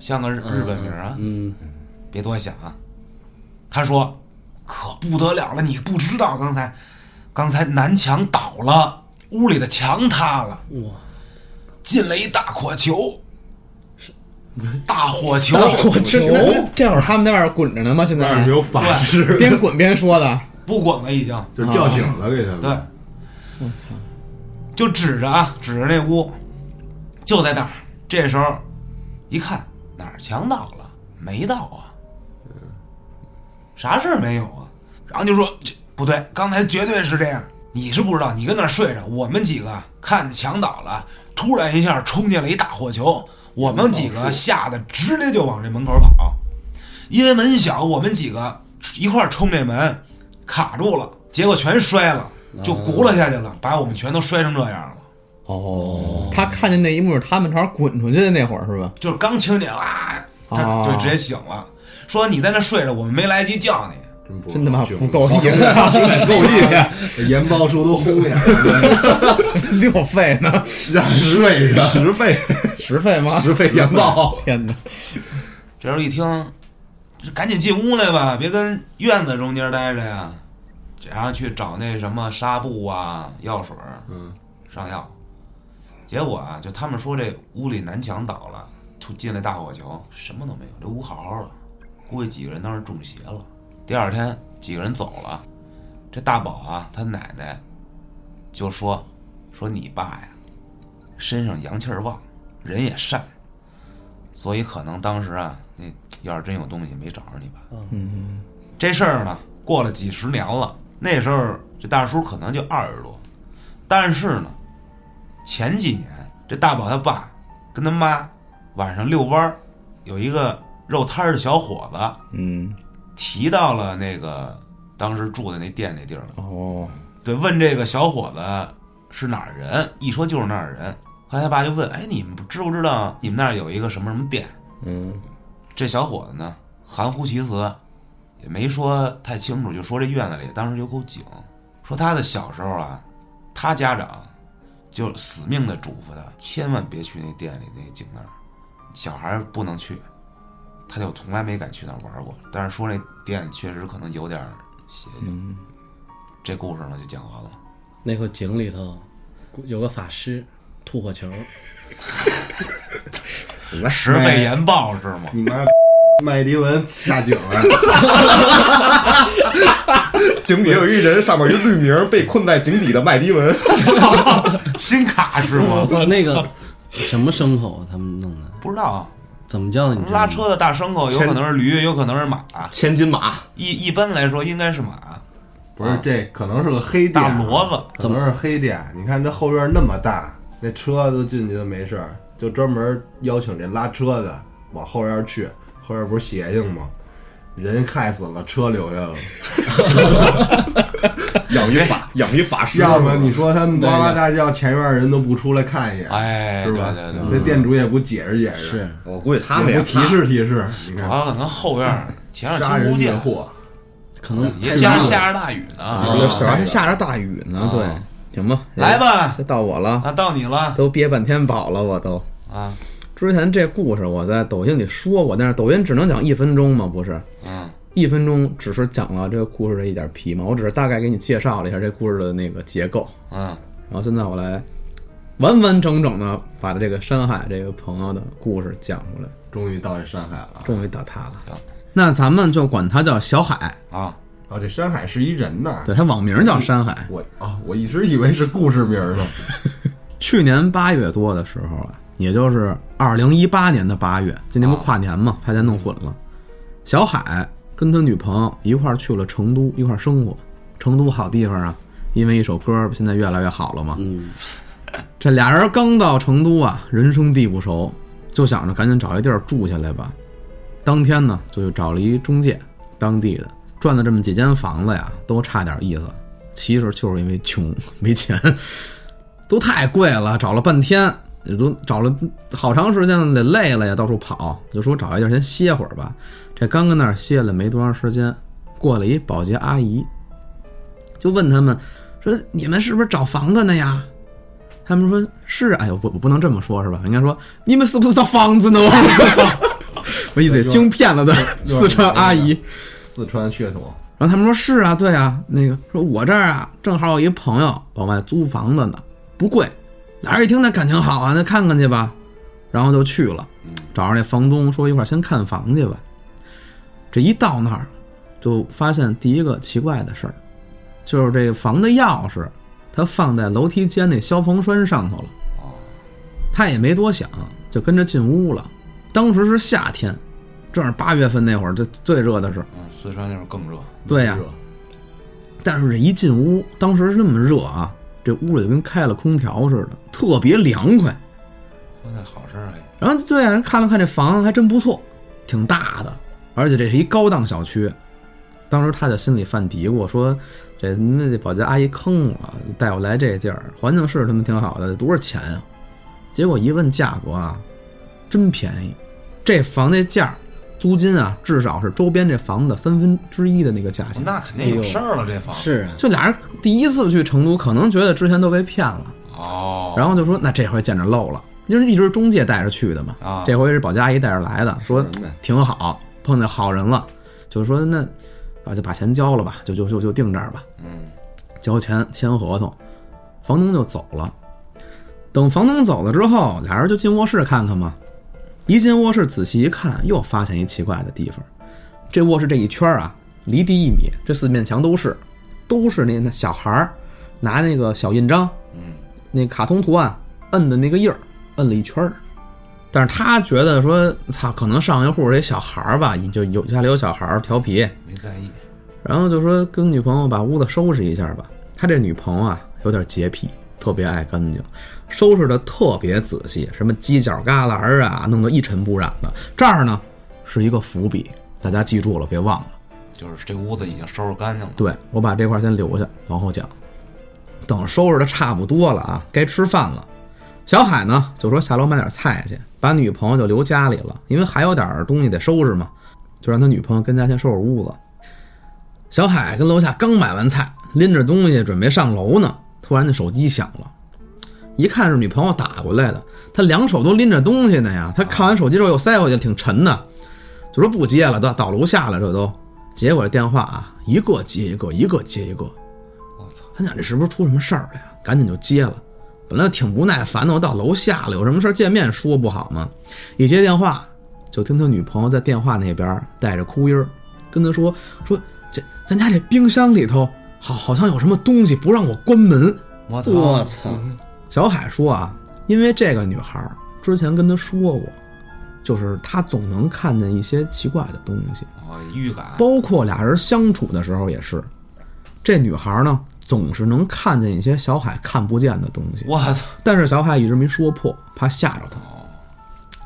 C: 像个日日本名儿啊，
F: 嗯，
C: 别多想啊。他说：“可不得了了，你不知道刚才，刚才南墙倒了，屋里的墙塌了，
F: 哇，
C: 进来一大火球，大火球，
H: 球，这会儿他们在外边滚着呢吗？现在
B: 哎
E: 但是没有法
C: 对
E: 师，
H: 边滚边说 的，
C: 不滚了已经。
E: 就叫醒了给他们。
C: 对，我操，就指着啊，指着那屋，就在那儿。这时候一看哪儿墙倒了，没倒啊，啥事儿没有啊。然后就说这不对，刚才绝对是这样。你是不知道，你跟那儿睡着，我们几个啊看见墙倒了，突然一下冲进来一大火球，我们几个吓得直接就往这门口跑。因为门小，我们几个一块儿冲这门，卡住了，结果全摔了，就轱辘下去了，把我们全都摔成这样了。
B: 他看见那一幕是他们正好滚出去的那会儿是吧？
C: 就是刚听见啊，他就直接醒了，说你在那睡着，我们没来得及叫你。
B: 真他妈不够啊意 思，
E: 够意 思，盐包叔都轰下来了，
B: 六费呢？
E: 让人睡着，
I: 十倍，
B: 十费吗？
I: 十倍研报，
B: 天哪！
C: 这时候一听，赶紧进屋来吧，别跟院子中间待着呀。然后去找那什么纱布啊、药水，嗯，上药。结果啊，就他们说这屋里南墙倒了，突进来大火球，什么都没有，这屋好好的。估计几个人当时中邪了。第二天几个人走了，这大宝啊，他奶奶就说说你爸呀，身上阳气儿旺，人也善，所以可能当时啊，那要是真有东西没找着你吧。嗯，这事儿呢，过了几十年了，那时候这大叔可能就二十多，但是呢，前几年这大宝他爸跟他妈晚上遛弯儿，有一个肉摊儿的小伙子，嗯，提到了那个当时住的那店那地儿了。
B: 哦，
C: 对，问这个小伙子是哪儿人，一说就是那儿人。后来他爸就问：“哎，你们知不知道你们那儿有一个什么什么店？”嗯，这小伙子呢，含糊其辞，也没说太清楚，就说这院子里当时有口井，说他的小时候啊，他家长就死命的嘱咐他，千万别去那店里那井那儿，小孩儿不能去。他就从来没敢去那儿玩过，但是说那店确实可能有点儿邪性。这故事呢就讲完了。
F: 那口井里头有个法师吐火球，
C: 十倍研报是吗？
E: 你妈麦迪文下井了，
I: 井底有一人，上面一绿名，被困在井底的麦迪文。
C: 新卡是吗？
F: 那个什么牲口啊他们弄的，
C: 不知道啊，
F: 怎么叫的？你知道吗
C: 拉车的大牲口有可能是驴，有可能是马。
I: 千斤马，
C: 一一般来说应该是马，
E: 不是这可能是个黑啊店，
C: 大骡子。
E: 可能是黑店。你看这后院那么大，那车子进去都没事儿，就专门邀请这拉车的往后院去，后院不是邪性吗？人害死了，车留下了。
I: 养一法，养一法师。
E: 要么你说他们哇哇大叫，前院人都不出来看一眼，
C: 哎，
E: 是
C: 对
E: 吧？
C: 对对，
E: 那店主也不解释解释，
F: 是
I: 我估计他们
E: 也
I: 也
E: 不提示提示。你
C: 主
E: 看，
C: 要可能后院儿前
E: 杀
C: 两天
E: 人
C: 不
E: 灭
C: 见，
E: 祸，
F: 可能
C: 也加上下着大雨
B: 啊哦
C: 呢。
H: 主要还下着大雨呢，对，行吧，
C: 来，吧，
H: 这到我了，
C: 那到你了
H: 都憋半天饱了，我都。
C: 啊，
H: 之前这故事我在抖音里说过，但是抖音只能讲一分钟嘛，不是？
C: 嗯，
H: 一分钟只是讲了这个故事的一点皮毛，我只是大概给你介绍了一下这故事的那个结构。
C: 嗯，
H: 然后现在我来完完整整的把这个山海这个朋友的故事讲出来，
E: 终于到这山海了。
H: 终于到他了。
B: 那咱们就管他叫小海，
C: 啊，
E: 啊，这山海是一人呐。
B: 对他网名叫山海。
E: 我啊，我一直以为是故事名儿呢。
B: 去年八月多的时候啊，也就是二零一八年的八月，今年不跨年嘛，怕咱弄混了。小海跟他女朋友一块儿去了成都，一块儿生活。成都好地方啊，因为一首歌现在越来越好了嘛。
F: 嗯，
B: 这俩人刚到成都啊，人生地不熟，就想着赶紧找一地儿住下来吧。当天呢，就找了一中介，当地的转了这么几间房子呀，都差点意思。其实就是因为穷，没钱，都太贵了，找了半天，也都找了好长时间了，得累了呀，到处跑，就说找一地儿先歇会儿吧。这刚跟那儿歇了没多长时间，过来一保洁阿姨，就问他们说：“你们是不是找房子呢呀？”他们说是，哎呦，不，我不能这么说，是吧？应该说你们是不是找房子呢？我我一嘴惊骗了的四川阿姨。
E: 四川血统，
B: 然后他们说是啊，对啊，那个说我这儿啊正好有一朋友往外租房子呢，不贵。俩人一听那感情好啊，那看看去吧，然后就去了，找着那房东说一块儿先看房去吧。这一到那儿，就发现第一个奇怪的事儿，就是这房的钥匙，他放在楼梯间那消防栓上头了。他也没多想，就跟着进屋了。当时是夏天，正是八月份那会儿，这最热的时候。
C: 嗯，四川那边更热，
B: 对呀、但是这一进屋，当时是那么热啊，这屋里就跟开了空调似的，特别凉快。
C: 说那好事儿哎，
B: 然后对啊，看了看这房还真不错，挺大的，而而且这是一高档小区。当时他就心里犯嘀咕，说这他妈这保洁阿姨坑我，带我来这地儿，环境是他妈挺好的，多少钱啊？结果一问价格啊，真便宜，这房那价儿租金啊，至少是周边这房子的三分之一的那个价钱。
C: 那肯定有事儿了，这房
F: 是啊，
B: 就俩人第一次去成都，可能觉得之前都被骗了，
C: 哦，
B: 然后就说那这回见着漏了，就是一直是中介带着去的嘛，
C: 啊
B: 这回是保洁阿姨带着来的，说
D: 是呗
B: 挺好，碰见好人了，就说那把就把钱交了吧，就就就就定这儿吧，
C: 嗯，
B: 交钱签合同，房东就走了。等房东走了之后，俩人就进卧室看看嘛。一进卧室仔细一看，又发现一奇怪的地方。这卧室这一圈儿啊，离地一米，这四面墙都是，都是那那小孩儿拿那个小印章，嗯，那卡通图案摁的那个印儿，摁了一圈儿。但是他觉得说，操，可能上一户这小孩儿吧，就有家里有小孩儿调皮，
C: 没在意，
B: 然后就说跟女朋友把屋子收拾一下吧。他这女朋友啊有点洁癖，特别爱干净，收拾的特别仔细，什么犄角旮旯儿啊，弄得一尘不染的。这儿呢是一个伏笔，大家记住了，别忘了。
C: 就是这屋子已经收拾干净了，
B: 对我把这块儿先留下，往后讲。等收拾的差不多了啊，该吃饭了。小海呢就说下楼买点菜去，把女朋友就留家里了，因为还有点儿东西得收拾嘛，就让他女朋友跟家先收拾屋子。小海跟楼下刚买完菜，拎着东西准备上楼呢，突然那手机响了，一看是女朋友打过来的，他两手都拎着东西呢呀。他看完手机之后又塞回去，挺沉的，就说不接了，到到楼下了，这都。结果这电话啊，一个接一个，一个接一个。
C: 我操，
B: 他想这是不是出什么事儿了呀？赶紧就接了。本来挺不耐烦的，我到楼下了，有什么事儿见面说不好吗？一接电话，就听他女朋友在电话那边儿带着哭音儿跟他说说这咱家这冰箱里头好好像有什么东西不让我关门。
C: 我操，
F: 操，
B: 小海说啊，因为这个女孩儿之前跟他说过，就是他总能看见一些奇怪的东西，
C: 我哦预感
B: 包括俩人相处的时候也是。这女孩儿呢，总是能看见一些小海看不见的东西，
C: 我操，
B: 但是小海一直没说破，怕吓着她。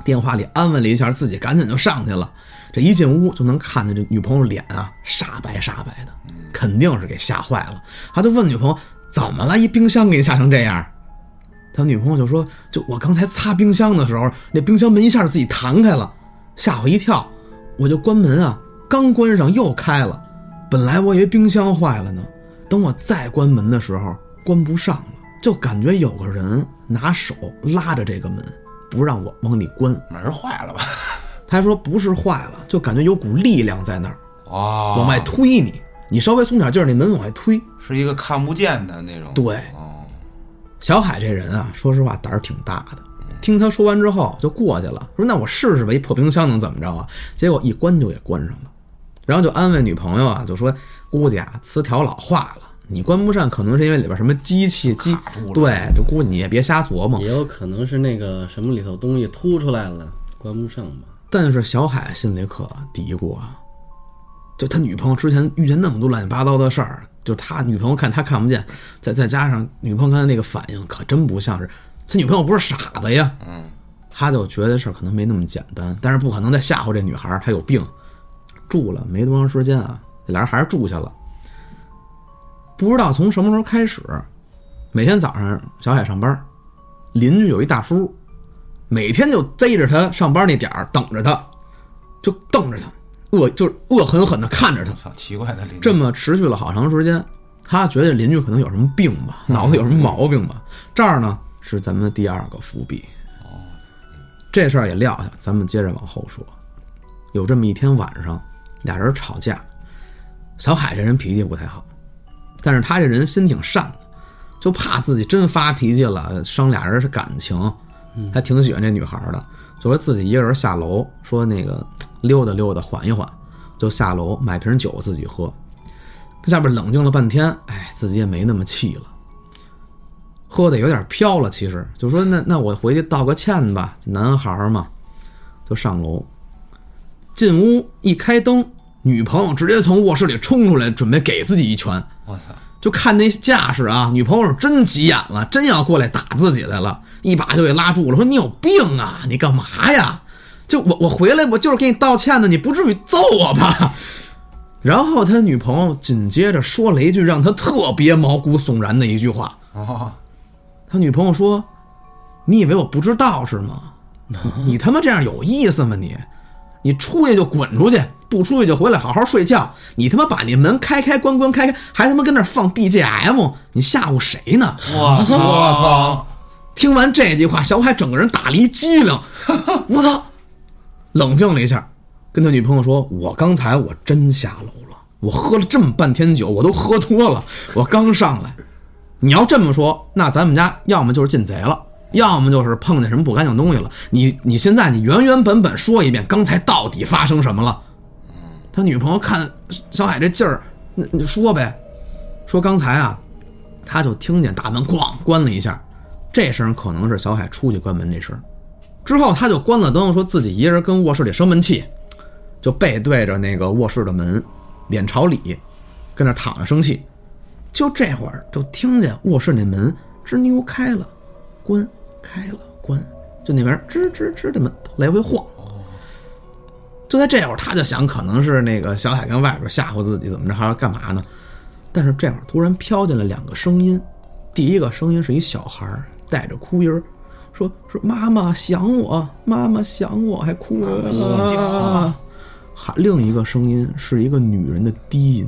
B: 电话里安慰了一下自己，赶紧就上去了。这一进屋就能看见这女朋友脸啊，煞白煞白的，肯定是给吓坏了。他就问女朋友怎么了，一冰箱给你吓成这样。他女朋友就说：“就我刚才擦冰箱的时候，那冰箱门一下自己弹开了，吓我一跳，我就关门啊，刚关上又开了。本来我以为冰箱坏了呢，等我再关门的时候，关不上了，就感觉有个人拿手拉着这个门，不让我往里关。
C: 门坏了吧？
B: 他说不是坏了，就感觉有股力量在那儿
C: 哦，
B: 往外推你，你稍微松点劲儿，那门往外推。
C: 是一个看不见的那种，
B: 对
C: 哦，
B: 小海这人啊，说实话胆儿挺大的。听他说完之后就过去了，说那我试试吧，一破冰箱能怎么着啊？结果一关就给关上了，然后就安慰女朋友啊，就说估计啊磁条老化了，你关不上，可能是因为里边什么机器机
C: 卡住了嗯
B: 对，就估计你也别瞎琢磨
F: 也。有可能是那个什么里头东西凸出来了，关不上吧？
B: 但是小海心里可嘀咕啊，就他女朋友之前遇见那么多乱七八糟的事儿，就他女朋友看他看不见，再再加上女朋友刚才那个反应，可真不像是他女朋友不是傻子呀。嗯，他就觉得这事儿可能没那么简单，但是不可能再吓唬这女孩儿，她有病。住了没多长时间啊，这俩人还是住下了。不知道从什么时候开始，每天早上小海上班儿，邻居有一大叔，每天就逮着他上班那点儿等着他，就瞪着他，恶就是恶狠狠地看着他
C: 我。操，奇怪的邻居，
B: 这么持续了好长时间，他觉得邻居可能有什么病吧，脑子有什么毛病吧。这儿呢是咱们第二个伏笔。这事儿也撂下，咱们接着往后说。有这么一天晚上，俩人吵架，小海这人脾气不太好，但是他这人心挺善的，就怕自己真发脾气了伤俩人是感情，还挺喜欢这女孩的，就说自己一个人下楼，说那个溜达溜达缓一缓，就下楼买瓶酒自己喝。下边冷静了半天，哎，自己也没那么气了，喝的有点飘了。其实就说那那我回去道个歉吧，男孩儿嘛，就上楼。进屋一开灯，女朋友直接从卧室里冲出来，准备给自己一拳。
C: 我操，
B: 就看那架势啊，女朋友是真急眼了，真要过来打自己来了，一把就给拉住了，说你有病啊，你干嘛呀？就我我回来我就是给你道歉的，你不至于揍我吧？然后他女朋友紧接着说了一句让他特别毛骨悚然的一句话，
C: 啊，
B: 他女朋友说：“你以为我不知道是吗？你他妈这样有意思吗你？你出去就滚出去，不出去就回来好好睡觉。你他妈把那门开开关关开开，还他妈跟那儿放 BGM，你吓唬谁呢？”
C: 我操，我操，
B: 听完这句话，小海整个人打了一激灵， 我操！冷静了一下，跟他女朋友说：“我刚才我真下楼了，我喝了这么半天酒，我都喝多了， 我刚上来。你要这么说，那咱们家要么就是进贼了，要么就是碰见什么不干净东西了。你你现在你原原本本说一遍，刚才到底发生什么了？”他女朋友看小海这劲儿，那你说呗，说刚才啊，他就听见大门咣关了一下，这声可能是小海出去关门这声儿。之后他就关了灯，说自己一个人跟卧室里生闷气，就背对着那个卧室的门，脸朝里，跟那躺着生气。就这会儿就听见卧室那门吱扭开了，关开了关，就那边吱吱吱的门来回晃。就在这会儿，他就想可能是那个小海跟外边吓唬自己怎么着，还是干嘛呢？但是这会儿突然飘进来两个声音，第一个声音是一小孩儿带着哭音儿，说说妈妈想我，妈妈想我，还哭啊了。啊还另一个声音是一个女人的低音，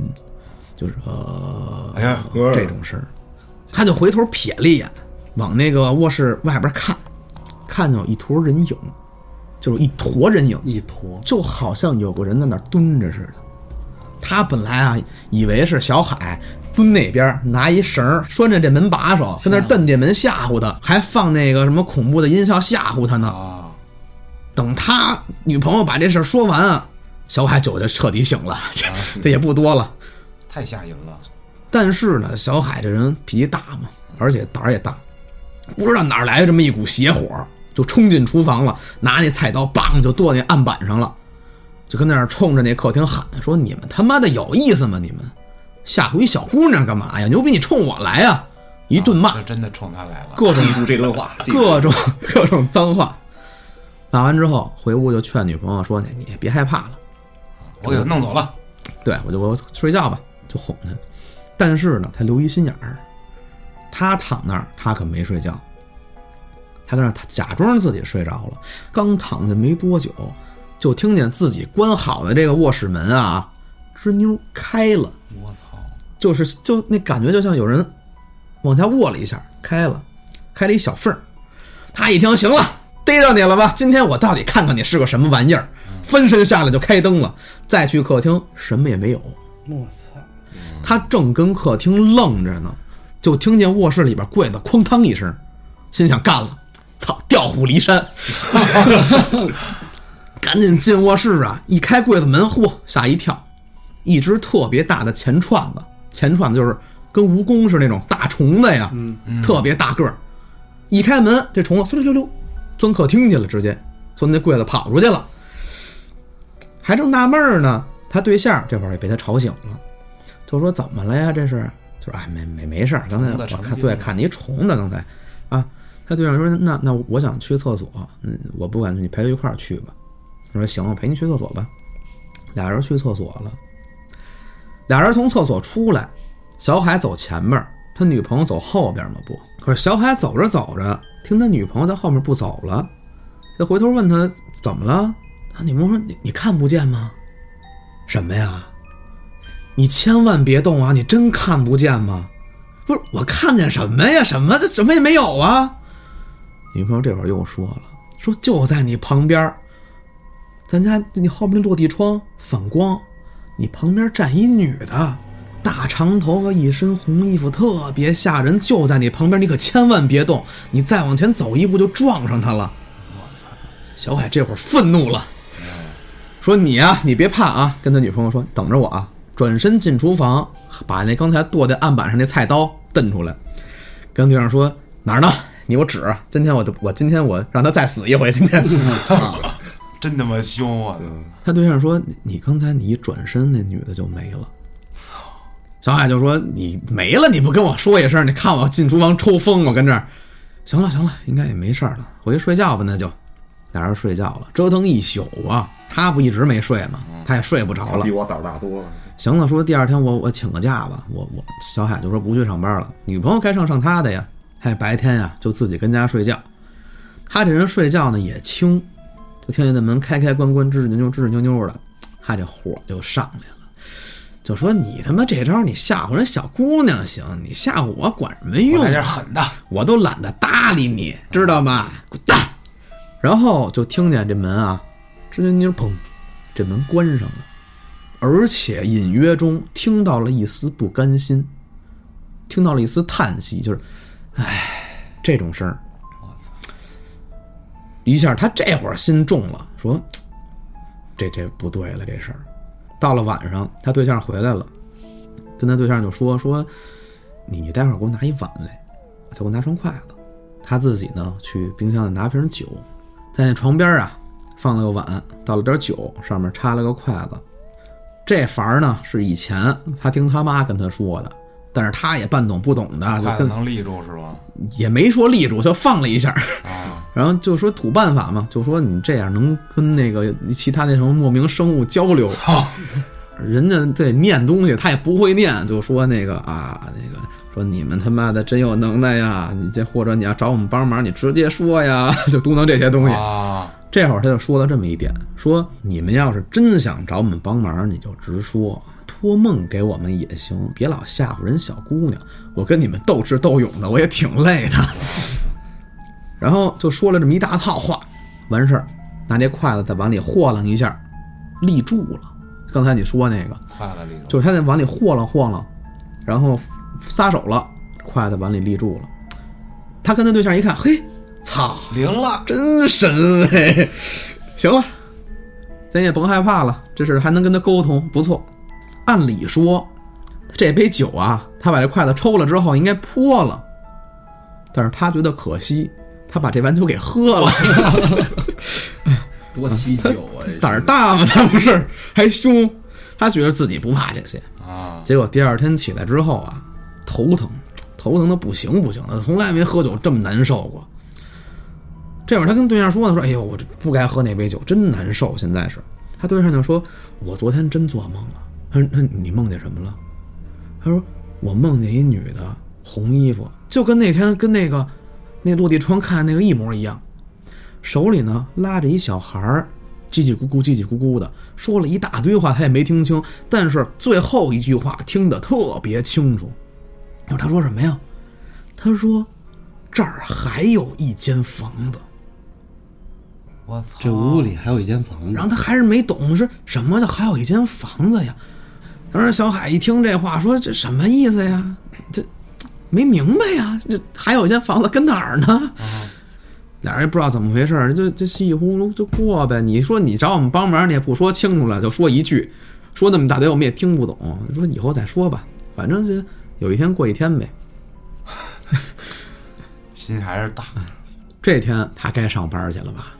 B: 就是呃，
G: 哎呀，
E: 嗯
G: 我
B: 这种事儿，他就回头瞥了一眼，往那个卧室外边看，看见有一坨人影，就是一坨人影，
F: 一坨，
B: 就好像有个人在那儿蹲着似的。他本来啊，以为是小海蹲那边儿拿一绳儿拴着这门把手，跟那儿蹬这门吓唬他，还放那个什么恐怖的音效吓唬他呢。
C: 啊，
B: 等他女朋友把这事儿说完啊，小海酒就彻底醒了， 这这也不多了。
C: 太吓人了，
B: 但是呢，小海这人脾气大嘛，而且胆儿也大，不知道哪儿来的这么一股邪火，就冲进厨房了，拿那菜刀梆就剁那案板上了，就跟那儿冲着那客厅喊说：“你们他妈的有意思吗？你们吓唬一小姑娘干嘛呀？牛逼，你冲我来呀！”一顿骂，
C: 这真的冲他来了，
B: 各种
G: 啊记住这 段话，记住
B: 各种各种脏话。骂完之后，回屋就劝女朋友说：“你你别害怕了。”
C: 我给他弄走了，
B: 对我就我睡觉吧，就哄他。但是呢，他留一心眼儿，他躺那儿，他可没睡觉，他跟那儿他假装自己睡着了，刚躺下没多久，就听见自己关好的这个卧室门啊，吱妞开了，
C: 我操，
B: 就是就那感觉就像有人往下握了一下，开了，开了一小缝儿。他一听，行了，逮着你了吧？今天我到底看看你是个什么玩意儿。翻身下来就开灯了，再去客厅什么也没有。
F: 我操！
B: 他正跟客厅愣着呢，就听见卧室里边柜子哐当一声，心想干了，操，调虎离山， 赶紧进卧室啊！一开柜子门，嚯，吓一跳，一只特别大的钱串子，钱串子就是跟蜈蚣是那种大虫子呀，
F: 嗯
B: 特别大个儿。一开门，这虫啊子嗖溜溜溜钻客厅去了，直接从那柜子跑出去了。还正纳闷儿呢，他对象这会儿也被他吵醒了，就说怎么了呀？这是，就说哎没没没事儿，刚才
C: 虫子
B: 我
C: 成
B: 看
C: 精
B: 对
C: 了
B: 看你一虫子刚才啊。他对象说那那我想去厕所，嗯，我不敢，你陪我一块儿去吧。他说行，我陪你去厕所吧。俩人去厕所了，俩人从厕所出来，小海走前面儿，他女朋友走后边儿嘛不？可是小海走着走着，听他女朋友在后面不走了，他回头问他怎么了？他女朋友说：“你你看不见吗？什么呀？你千万别动啊！你真看不见吗？不是我看见什么呀？什么这什么也没有啊！”女朋友这会儿又说了：“说就在你旁边儿，咱家你后面那落地窗反光，你旁边站一女的，大长头发，一身红衣服，特别吓人，就在你旁边，你可千万别动，你再往前走一步就撞上她了。”小海这会儿愤怒了，说：“你呀、你别怕啊！”跟他女朋友说：“等着我啊！”转身进厨房，把那刚才剁在案板上那菜刀瞪出来，跟对象说：“哪儿呢？你给我指！今天我就我今天我让他再死一回！今天。”
C: 真他妈凶啊！
B: 他对象说：“你你刚才你一转身，那女的就没了。”小海就说：“你没了，你不跟我说一声？你看我进厨房抽风，我跟这儿。行了行了，应该也没事儿了，回去睡觉吧。那就。”俩人睡觉了，折腾一宿啊。他不一直没睡吗？他也睡不着了
I: 嗯比。我胆儿大多了。
B: 行了，说第二天我我请个假吧，我我小海就说不去上班了，女朋友该上上她的呀。哎，白天呀、就自己跟家睡觉，他这人睡觉呢也轻，就听见那门开开关关，吱吱扭扭，吱吱扭扭的，他这火就上来了，就说你他妈这招你吓唬人小姑娘行，你吓唬我管什么用
C: 我
B: 啊？
C: 来点狠的，
B: 我都懒得搭理你，知道吗？滚蛋！然后就听见这门啊，吱扭扭砰，这门关上了，而且隐约中听到了一丝不甘心，听到了一丝叹息，就是，唉，这种声儿。一下，他这会儿心重了，说：“这这不对了，这事儿。”到了晚上，他对象回来了，跟他对象就说：“说你待会儿给我拿一碗来。”他给我拿双筷子，他自己呢去冰箱里拿瓶酒，在那床边啊放了个碗，倒了点酒，上面插了个筷子。这法儿呢是以前他听他妈跟他说的，但是他也半懂不懂的，就
C: 筷子
B: 跟
C: 能立住是吧？
B: 也没说立住，就放了一下。
C: 啊，
B: 然后就说土办法嘛，就说你这样能跟那个其他那什么莫名生物交流。人家对念东西他也不会念，就说那个啊，那个说你们他妈的真有能耐呀！你这或者你要找我们帮忙，你直接说呀， 就嘟囔这些东西。
C: 啊，
B: 这会儿他就说了这么一点，说你们要是真想找我们帮忙，你就直说，托梦给我们也行，别老吓唬人小姑娘。我跟你们斗智斗勇的，我也挺累的。然后就说了这么一大套话，完事儿，拿这筷子在碗里和楞一下，立住了。刚才你说那个，
C: 筷子立住，
B: 就是他在碗里和楞和楞，然后撒手了，筷子碗里立住了。他跟他对象一看，嘿，操！
C: 灵了，
B: 真神哎！行了，咱也甭害怕了，这事儿还能跟他沟通，不错。按理说，这杯酒啊，他把这筷子抽了之后应该泼了，但是他觉得可惜，他把这碗酒给喝了，
F: 多稀酒啊！
B: 胆儿大嘛，他不是还凶，他觉得自己不怕这些
C: 啊。
B: 结果第二天起来之后啊，头疼，头疼的不行不行的，从来没喝酒这么难受过。这会儿他跟对象说呢，说：“哎呦，我这不该喝那杯酒，真难受。”现在是，他对象就说：“我昨天真做梦了。”他说：“那你梦见什么了？”他说：“我梦见一女的，红衣服，就跟那天跟那个那落地窗看那个一模一样，手里呢拉着一小孩儿，叽叽咕咕叽叽咕咕的，说了一大堆话，他也没听清，但是最后一句话听得特别清楚。然后他说什么呀？他说这儿还有一间房子。”
C: 我操！
F: 这屋里还有一间房
B: 然后
F: 子，
B: 他还是没懂是什么叫还有一间房子呀。当时小海一听这话，说这什么意思呀？这没明白呀？这还有一间房子跟哪儿呢？ 俩人也不知道怎么回事儿，就就稀里糊涂就过呗。你说你找我们帮忙，你也不说清楚了，就说一句，说那么大堆我们也听不懂。说以后再说吧，反正就有一天过一天呗。
C: 心还是大，
B: 嗯这天他该上班去了吧？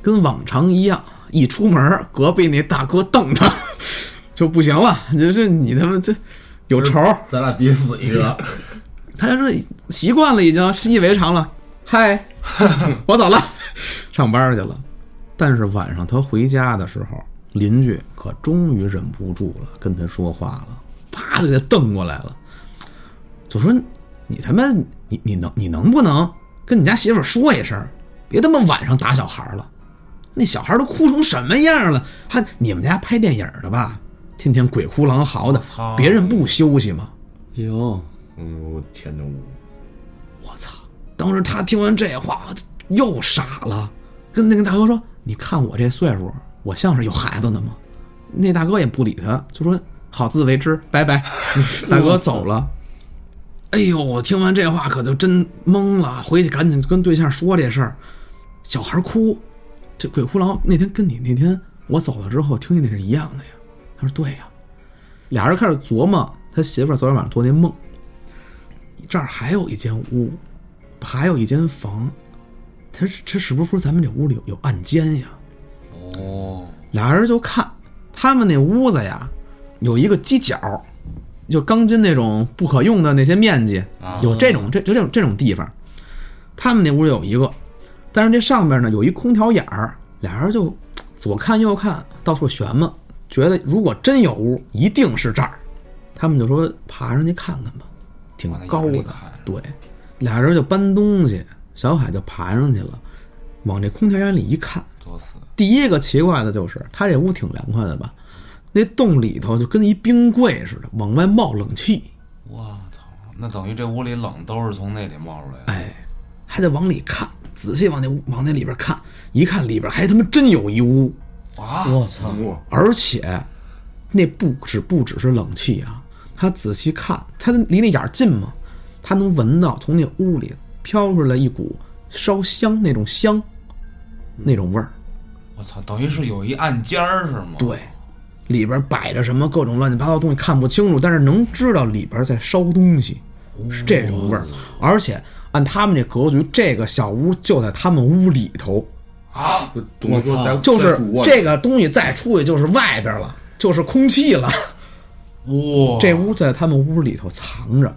B: 跟往常一样，一出门，隔壁那大哥瞪他， 就不行了，就是你他妈这有仇。
E: 咱俩彼此一 个，啊
B: 他就说习惯了，已经习以为常了。嗨，我走了，上班去了。但是晚上他回家的时候，邻居可终于忍不住了，跟他说话了，啪就给他瞪过来了，就说：“你他妈，你你能你能不能跟你家媳妇儿说一声，别他妈晚上打小孩了？那小孩都哭成什么样了？还你们家拍电影的吧？天天鬼哭狼嚎的，别人不休息吗？”
F: 哎呦，
D: 嗯，我天真无。
B: 我操！当时他听完这话又傻了，跟那个大哥说：“你看我这岁数，我像是有孩子的吗？”那大哥也不理他，就说：“好自为之，拜拜。”大哥走了。哎呦，我听完这话可就真懵了，回去赶紧跟对象说这事儿。小孩哭，这鬼哭狼那天跟你那天我走了之后听见那是一样的呀。他说：“对呀。”俩人开始琢磨他媳妇儿昨天晚上做那梦，这儿还有一间屋，还有一间房，他是这是不是说咱们这屋里有有暗间呀？
C: 哦，
B: 俩人就看他们那屋子呀，有一个犄角，就钢筋那种不可
C: 啊
B: 用的那些面积，有这种这就这种这种地方。他们那屋有一个，但是这上面呢有一空调眼儿，俩人就嘖左看右看，到处悬嘛，觉得如果真有屋，一定是这儿。他们就说爬上去看看吧，挺高
C: 往那
B: 的
C: 眼里看。
B: 对，俩人就搬东西，小海就爬上去了，往这空调眼里一看，
C: 作死，
B: 第一个奇怪的就是，他这屋挺凉快的吧？那洞里头就跟一冰柜似的，往外冒冷气，
C: 我操！那等于这屋里冷都是从那里冒出来的。
B: 哎，还得往里看，仔细往那屋往那里边看，一看里边还他妈真有一屋，
C: 啊，
F: 我操！
B: 而且那不止不只是冷气啊，他仔细看，他离那眼儿近嘛，他啊能闻到从那屋里飘出来一股烧香那种香，那种味儿。
C: 我操！等于是有一暗间儿是吗？
B: 对，里边摆着什么各种乱七八糟东西看不清楚，但是能知道里边在烧东西，是这种味儿。而且按他们这格局，这个小屋就在他们屋里头，
C: 啊，
I: 我操
B: 就是这个东西再出去就是外边了，就是空气了。
C: 哇，
B: 这屋在他们屋里头藏着。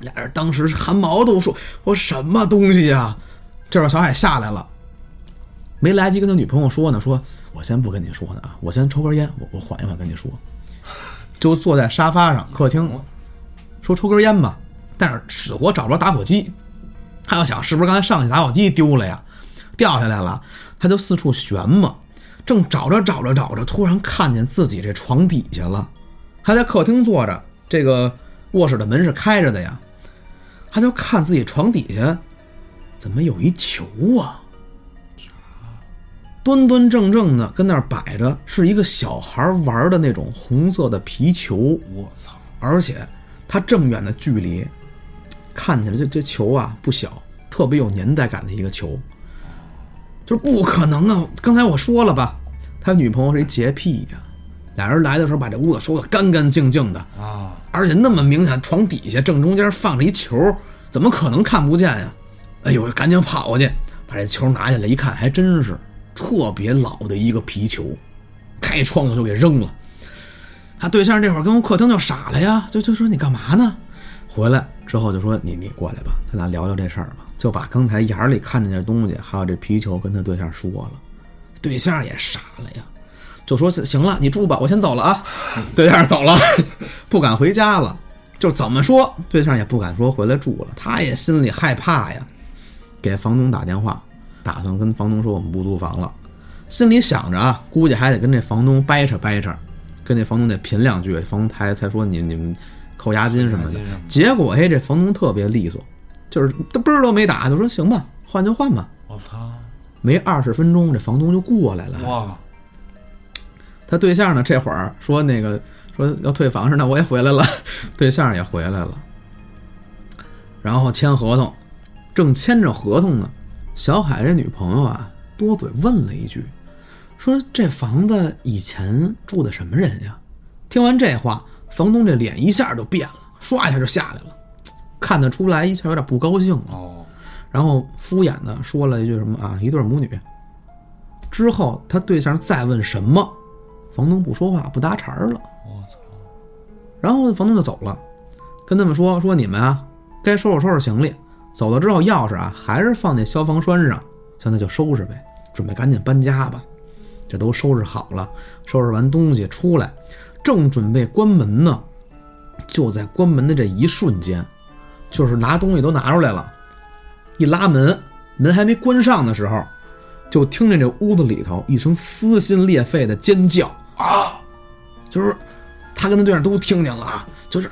B: 俩人当时汗毛都竖，我什么东西啊？这会儿小海下来了，没来及跟他女朋友说呢，说我先不跟你说呢啊，我先抽根烟，我我缓一缓跟你说。就坐在沙发上客厅，说抽根烟吧，但是死活找不着打火机，他就想是不是刚才上去打火机丢了呀，掉下来了，他就四处寻嘛，正找着找着找着，突然看见自己这床底下了。他在客厅坐着，这个卧室的门是开着的呀，他就看自己床底下怎么有一球啊，端端正正的跟那儿摆着，是一个小孩玩的那种红色的皮球，
C: 我操！
B: 而且他这么远的距离，看起来这这球啊不小，特别有年代感的一个球，就是不可能啊！刚才我说了吧，他女朋友是一洁癖呀、俩人来的时候把这屋子收的干干净净的，
C: 啊，
B: 而且那么明显，床底下正中间放着一球，怎么可能看不见呀？哎呦，赶紧跑过去把这球拿下来，一看还真是特别老的一个皮球，开窗户就给扔了。他对象这会儿跟我客厅就傻了呀，就就说你干嘛呢？回来之后就说你你过来吧，咱俩聊聊这事儿吧，就把刚才眼儿里看见的东西，还有这皮球跟他对象说了，对象也傻了呀，就说是行了，你住吧，我先走了啊。 对象走了， 不敢回家了，就怎么说对象也不敢说回来住了，他也心里害怕呀，给房东打电话，打算跟房东说我们不租房了，心里想着啊，估计还得跟这房东掰扯掰扯，跟这房东得贫两句，房东才才说你你们扣押金什么的。结果嘿，这房东特别利索，就是他嘣儿都没打，就说行吧，换就换吧。
C: 我操！
B: 没二十分钟，这房东就过来了。
C: 哇，
B: 他对象呢，这会儿说那个说要退房似的，我也回来了， 对象也回来了，然后签合同，正签着合同呢，小海这女朋友啊多嘴问了一句，说这房子以前住的什么人呀？听完这话，房东这脸一下就变了，唰一下就下来了，看得出来一下有点不高兴了。
C: 哦，
B: 然后敷衍的说了一句什么啊，一对母女。之后他对象再问什么，房东不说话，不搭茬儿了。
C: 我操！
B: 然后房东就走了，跟他们说说你们啊，该收拾收拾行李。走了之后，钥匙啊还是放那消防栓上，现在就收拾呗，准备赶紧搬家吧。这都收拾好了，收拾完东西出来，正准备关门呢，就在关门的这一瞬间，就是拿东西都拿出来了，一拉门，门还没关上的时候，就听见这屋子里头一声撕心裂肺的尖叫啊！就是他跟他对象都听见了啊，就是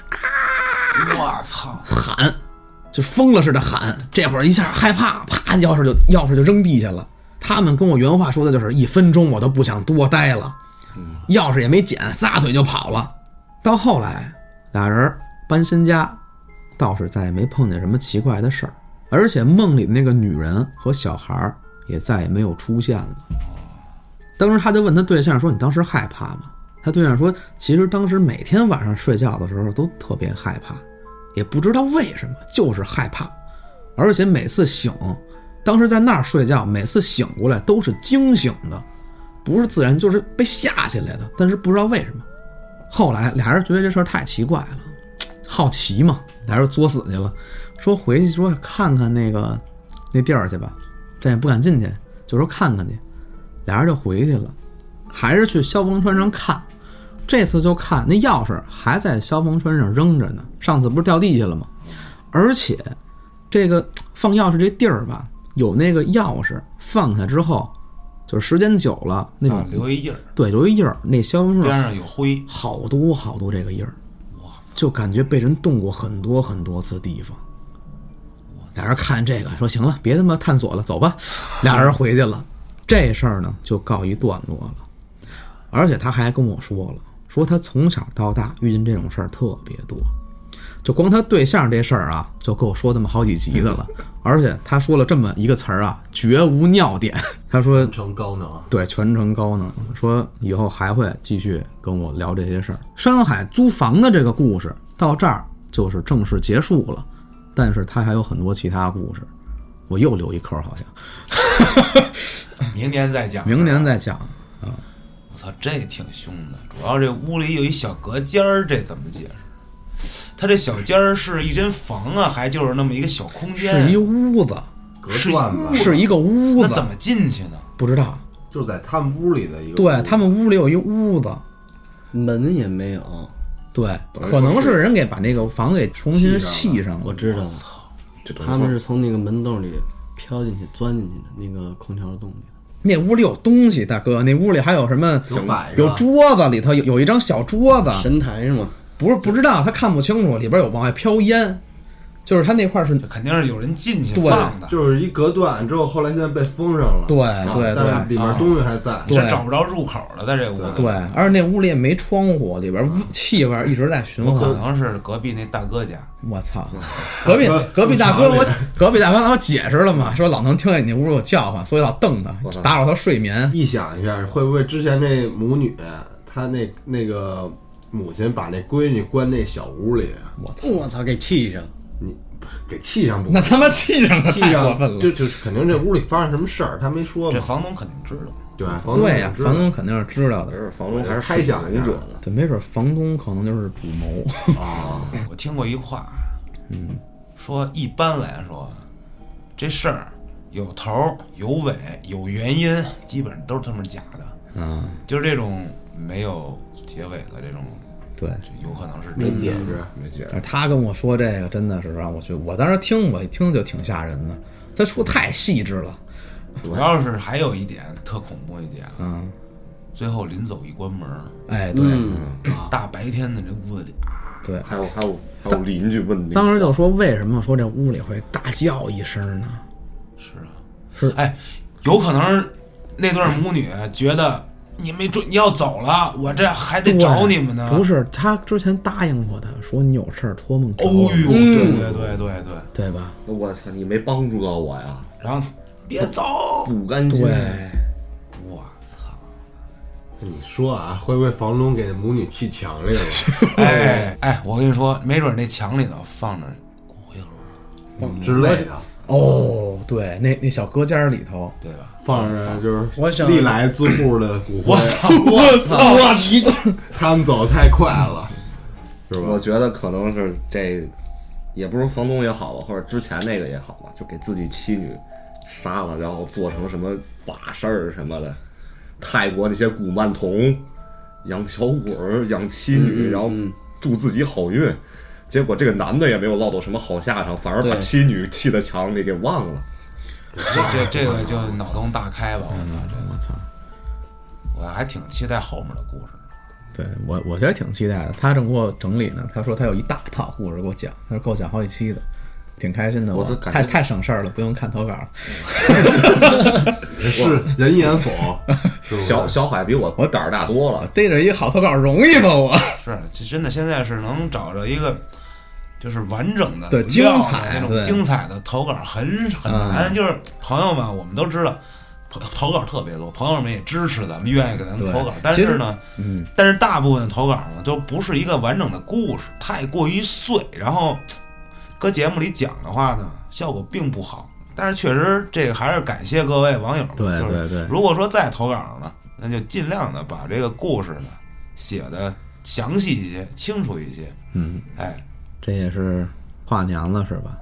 C: 我操！
B: 喊，就疯了似的喊。这会儿一下害怕，啪，钥匙就钥匙就扔地下了。他们跟我原话说的就是一分钟我都不想多待了，钥匙也没捡，撒腿就跑了。到后来，俩人搬新家，倒是再也没碰见什么奇怪的事儿，而且梦里的那个女人和小孩儿也再也没有出现了。当时他就问他对象说：“你当时害怕吗？”他对象说：“其实当时每天晚上睡觉的时候都特别害怕，也不知道为什么，就是害怕，而且每次醒，当时在那儿睡觉，每次醒过来都是惊醒的，不是自然就是被吓起来的，但是不知道为什么。后来俩人觉得这事儿太奇怪了，好奇嘛，俩人作死去了，说回去说看看那个那地儿去吧，这也不敢进去，就说看看去。俩人就回去了，还是去消防栓上看。这次就看那钥匙还在消防栓上扔着呢，上次不是掉地下了吗？而且这个放钥匙这地儿吧，有那个钥匙放下之后，就是时间久了那种、
C: 啊，留一印儿，
B: 对留一印儿，那消防栓
C: 边上有灰，
B: 好多好多这个印儿，就感觉被人动过很多很多次地方。俩人看这个，说行了，别他妈探索了，走吧。俩人回去了，这事儿呢就告一段落了。而且他还跟我说了，说他从小到大遇见这种事儿特别多，就光他对象这事儿啊，就跟我说这么好几集的了。而且他说了这么一个词儿啊，绝无尿点。他说
E: 成高能。
B: 对，全程高能。说以后还会继续跟我聊这些事儿。山海租房的这个故事到这儿就是正式结束了，但是他还有很多其他故事，我又留一扣，好像
C: 明年再讲，
B: 明年再讲。
C: 我操，这挺凶的。主要这屋里有一小隔间儿，这怎么解释？它这小间儿是一间房啊，还就是那么一个小空间？
B: 是一屋子，
E: 隔断吧，
B: 是一个屋
C: 那怎
B: 子，
C: 么进去呢？
B: 不知道。
E: 就在他们屋里的一个屋。
B: 对他们屋里有一屋子，
F: 门也没有，
B: 对，可能是人给把那个房给重新砌上了。
F: 我知道了，
I: 这等于
F: 他们
I: 说
F: 是从那个门洞里飘进去、钻进去的那个空调洞里。
B: 那屋里有东西，大哥，那屋里还有什么？
E: 有摆
B: 有
E: 着
B: 桌子，里头有有一张小桌子，
F: 啊神台是吗？
B: 不是不知道，他看不清楚，里边有往外飘烟，就是他那块是，
C: 这肯定是有人进去
B: 对
C: 放的，
E: 就是一隔断之后，后来现在被封上了。
B: 对
E: 啊
B: 对
E: 但是
B: 对
E: 里面东西还在。
C: 你是
B: 对
C: 找不着入口了，在这屋子。
B: 对，而且那屋里也没窗户，里边气味一直在循
C: 有可
B: 环。
C: 能是隔壁那大哥家，
B: 我操，隔 壁隔壁大哥，我隔壁大哥跟我解释了嘛，说老能听见你屋有叫唤，所以老瞪他，打扰他睡眠。
E: 臆想一下，会不会之前那母女，她那那个母亲把那闺女关那小屋里，
F: 我操，给气上！
E: 你给气上不？
B: 那他妈气上可
E: 气
B: 太过
E: 上
B: 分了。
E: 就就是肯定这屋里发生什么事儿，她没说
C: 这
E: 嘛。
C: 房东肯定知道。
E: 对，房东
B: 对呀、
E: 也知道
B: 房东肯定是嗯知道的，
I: 是房东还是
E: 猜想一
I: 一
E: 下
I: 者，
B: 对，没准房东可能就是主谋。
C: 我听过一话，说一般来说，这事儿有头儿有尾有原因，基本上都是他们假的。嗯，就是这种没有结尾的这种，
B: 对，
C: 这有可能是
E: 没
C: 真的。
E: 解释，
I: 没解
B: 而他跟我说这个，真的是让我去，我当时听我一听就挺吓人的，他说太细致了。
C: 主要是还有一点特恐怖一点啊，
B: 嗯，
C: 最后临走一关门，
B: 哎，对、
C: 大白天的这屋子里，
B: 对，
I: 还有还有还有邻居问你，
B: 当时就说为什么说这屋里会大叫一声呢？
C: 哎，有可能是那对母女觉得你没准你要走了，我这还得找你们呢。
B: 不，是他之前答应过他说你有事儿托梦找
C: 哦
B: 我，
C: 呦，对对对对对，
B: 对吧？
D: 我操，你没帮助到我呀，
C: 然后别走，
D: 不甘心。
B: 对，
C: 我操！
E: 你说啊，会不会房东给母女气墙里了？
C: 哎哎，我跟你说，没准那墙里头放着骨灰盒，
E: 之类的，
B: 哦，对，那那小隔间儿里头，
C: 对吧？
E: 放着就
F: 我
E: 是
F: 想
E: 历来自户的骨灰
C: 我， 操！
B: 我操，你
E: 他们走得太快 了，是吧
D: 我？觉得可能是这，也不是房东也好吧，或者之前那个也好吧，就给自己妻女杀了，然后做成什么法事儿什么的。泰国那些古曼童养小鬼儿、养妻女，然后祝自己好运，结果这个男的也没有落到什么好下场，反而把
F: 对
D: 妻女砌在墙里给忘了。
C: 这这这个就脑洞大开吧！我操，这嗯我操！我还挺期待后面的故事的。
B: 对我，我觉得挺期待的。他正给我整理呢，他说他有一大套故事给我讲，他说够讲好几期的，挺开心的。我
D: 我都感
B: 太
D: 觉
B: 太省事儿了，不用看投稿了。
E: 是人言否？ 是不是
G: 嗯
D: 小小海比我我胆儿大多了
B: 我，逮着一好投稿容易吗？我
C: 是，这真的现在是能找着一个就是完整的、
B: 对
C: 有料的
B: 精彩
C: 那
B: 对嗯
C: 种精彩的投稿很很难。就是朋友们，我们都知道。投投稿特别多，朋友们也支持咱们，愿意给咱们
B: 对
C: 投稿。但
B: 其实
C: 是呢，嗯，但是大部分投稿呢，都不是一个完整的故事，太过于碎。然后，搁节目里讲的话呢，效果并不好。但是确实，这个还是感谢各位网友们。
B: 对
C: 就
B: 对
C: 是
B: 对
C: 如果说再投稿呢，那就尽量的把这个故事呢写的详细一些、清楚一些。
B: 嗯，
C: 哎，
B: 这也是跨年了是吧？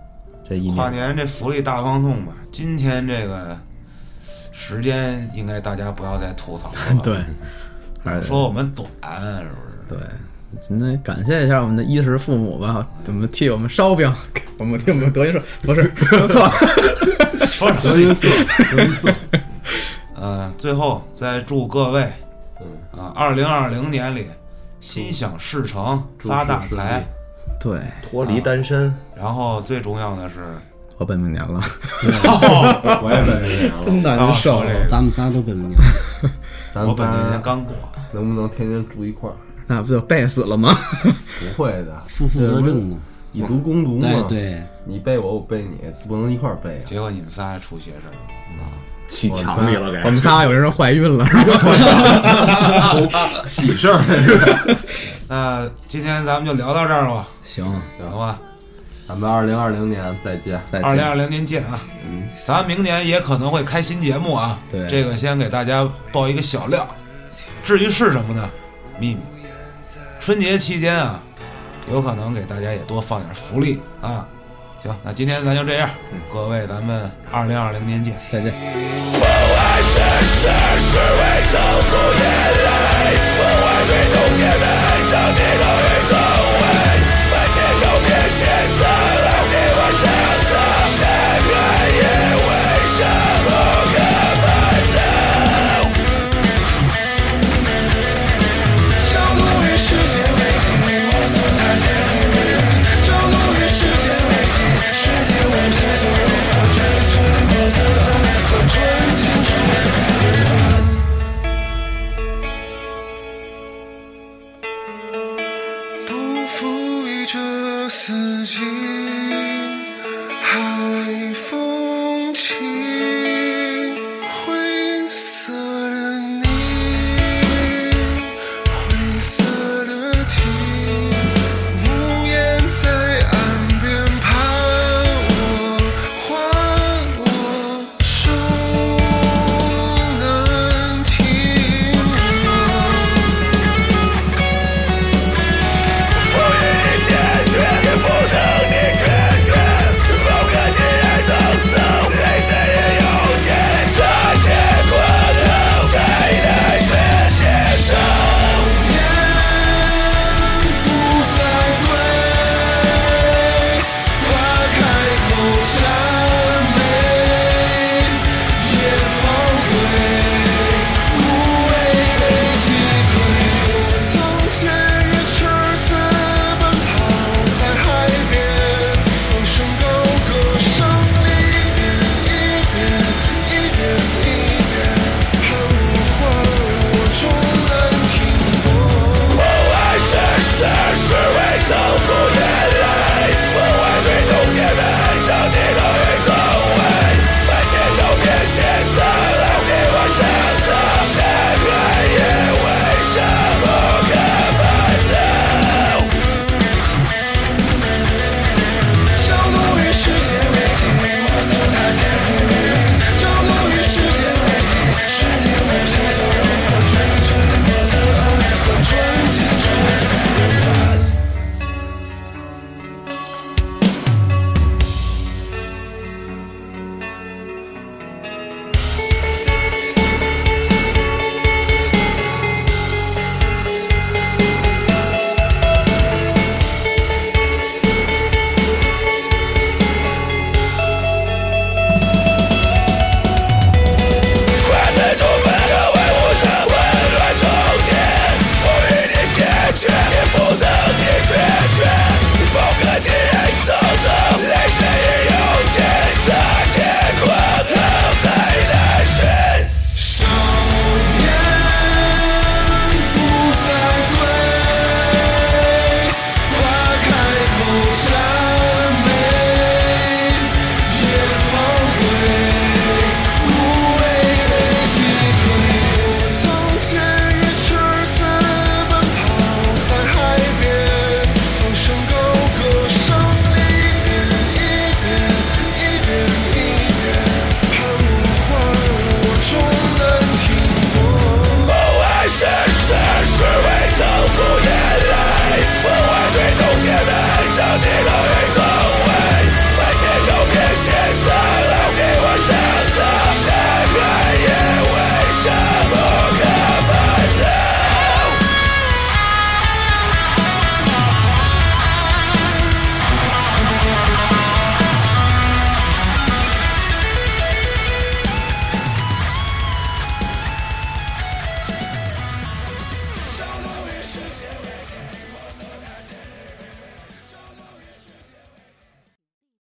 B: 这一
C: 跨
B: 年。
C: 年这福利大放送吧，今天这个时间应该大家不要再吐槽 了
B: 对，还是
C: 说我们短是不是？
B: 对，今天感谢一下我们的衣食父母吧，怎么替我们烧饼，给我们替我们德云社不是说错了，
C: 说什么音色？音色。呃，最后再祝各位，
B: 嗯
C: 啊，二零二零年里心想事成，发大财。
B: 对
D: 脱离单身，
C: 然后最重要的是，
B: 我本命年了，
E: 啊
G: 我也本命年了，
B: 真难受
C: 到。这
F: 咱们仨都被蒙了。
G: 咱
C: 我
G: 们
C: 本命
G: 仨
C: 年刚过，
G: 能不能天天住一块儿？
B: 那不就背死了吗？
G: 不会的，
F: 负负得正嘛，
G: 以毒攻毒
F: 对
G: 嘛。，
F: 对，
G: 你背我，我背你，不能一块儿背啊。
C: 结果你们仨出邪事儿了。
D: 起墙里了，
B: 我
D: 给
B: 们仨有人怀孕了，是吧？
D: 喜事儿。
C: 那今天咱们就聊到这儿吧，
B: 行，
C: 好吧？
G: 咱们二零二零年再见。
B: 再
C: 二零
B: 见。嗯
C: 二零年见啊！咱们明年也可能会开新节目啊。
B: 对
C: 这个先给大家爆一个小料，至于是什么呢？秘密。春节期间啊，有可能给大家也多放点福利啊。行，那今天咱就这样，
B: 嗯
C: 各位，咱们二零二零年见。
B: 再见。
A: 降落于世界为敌，我从他先入狱。降落于世界为敌，是你无邪足，我追追不得和纯情是无关。不负于这四季海风。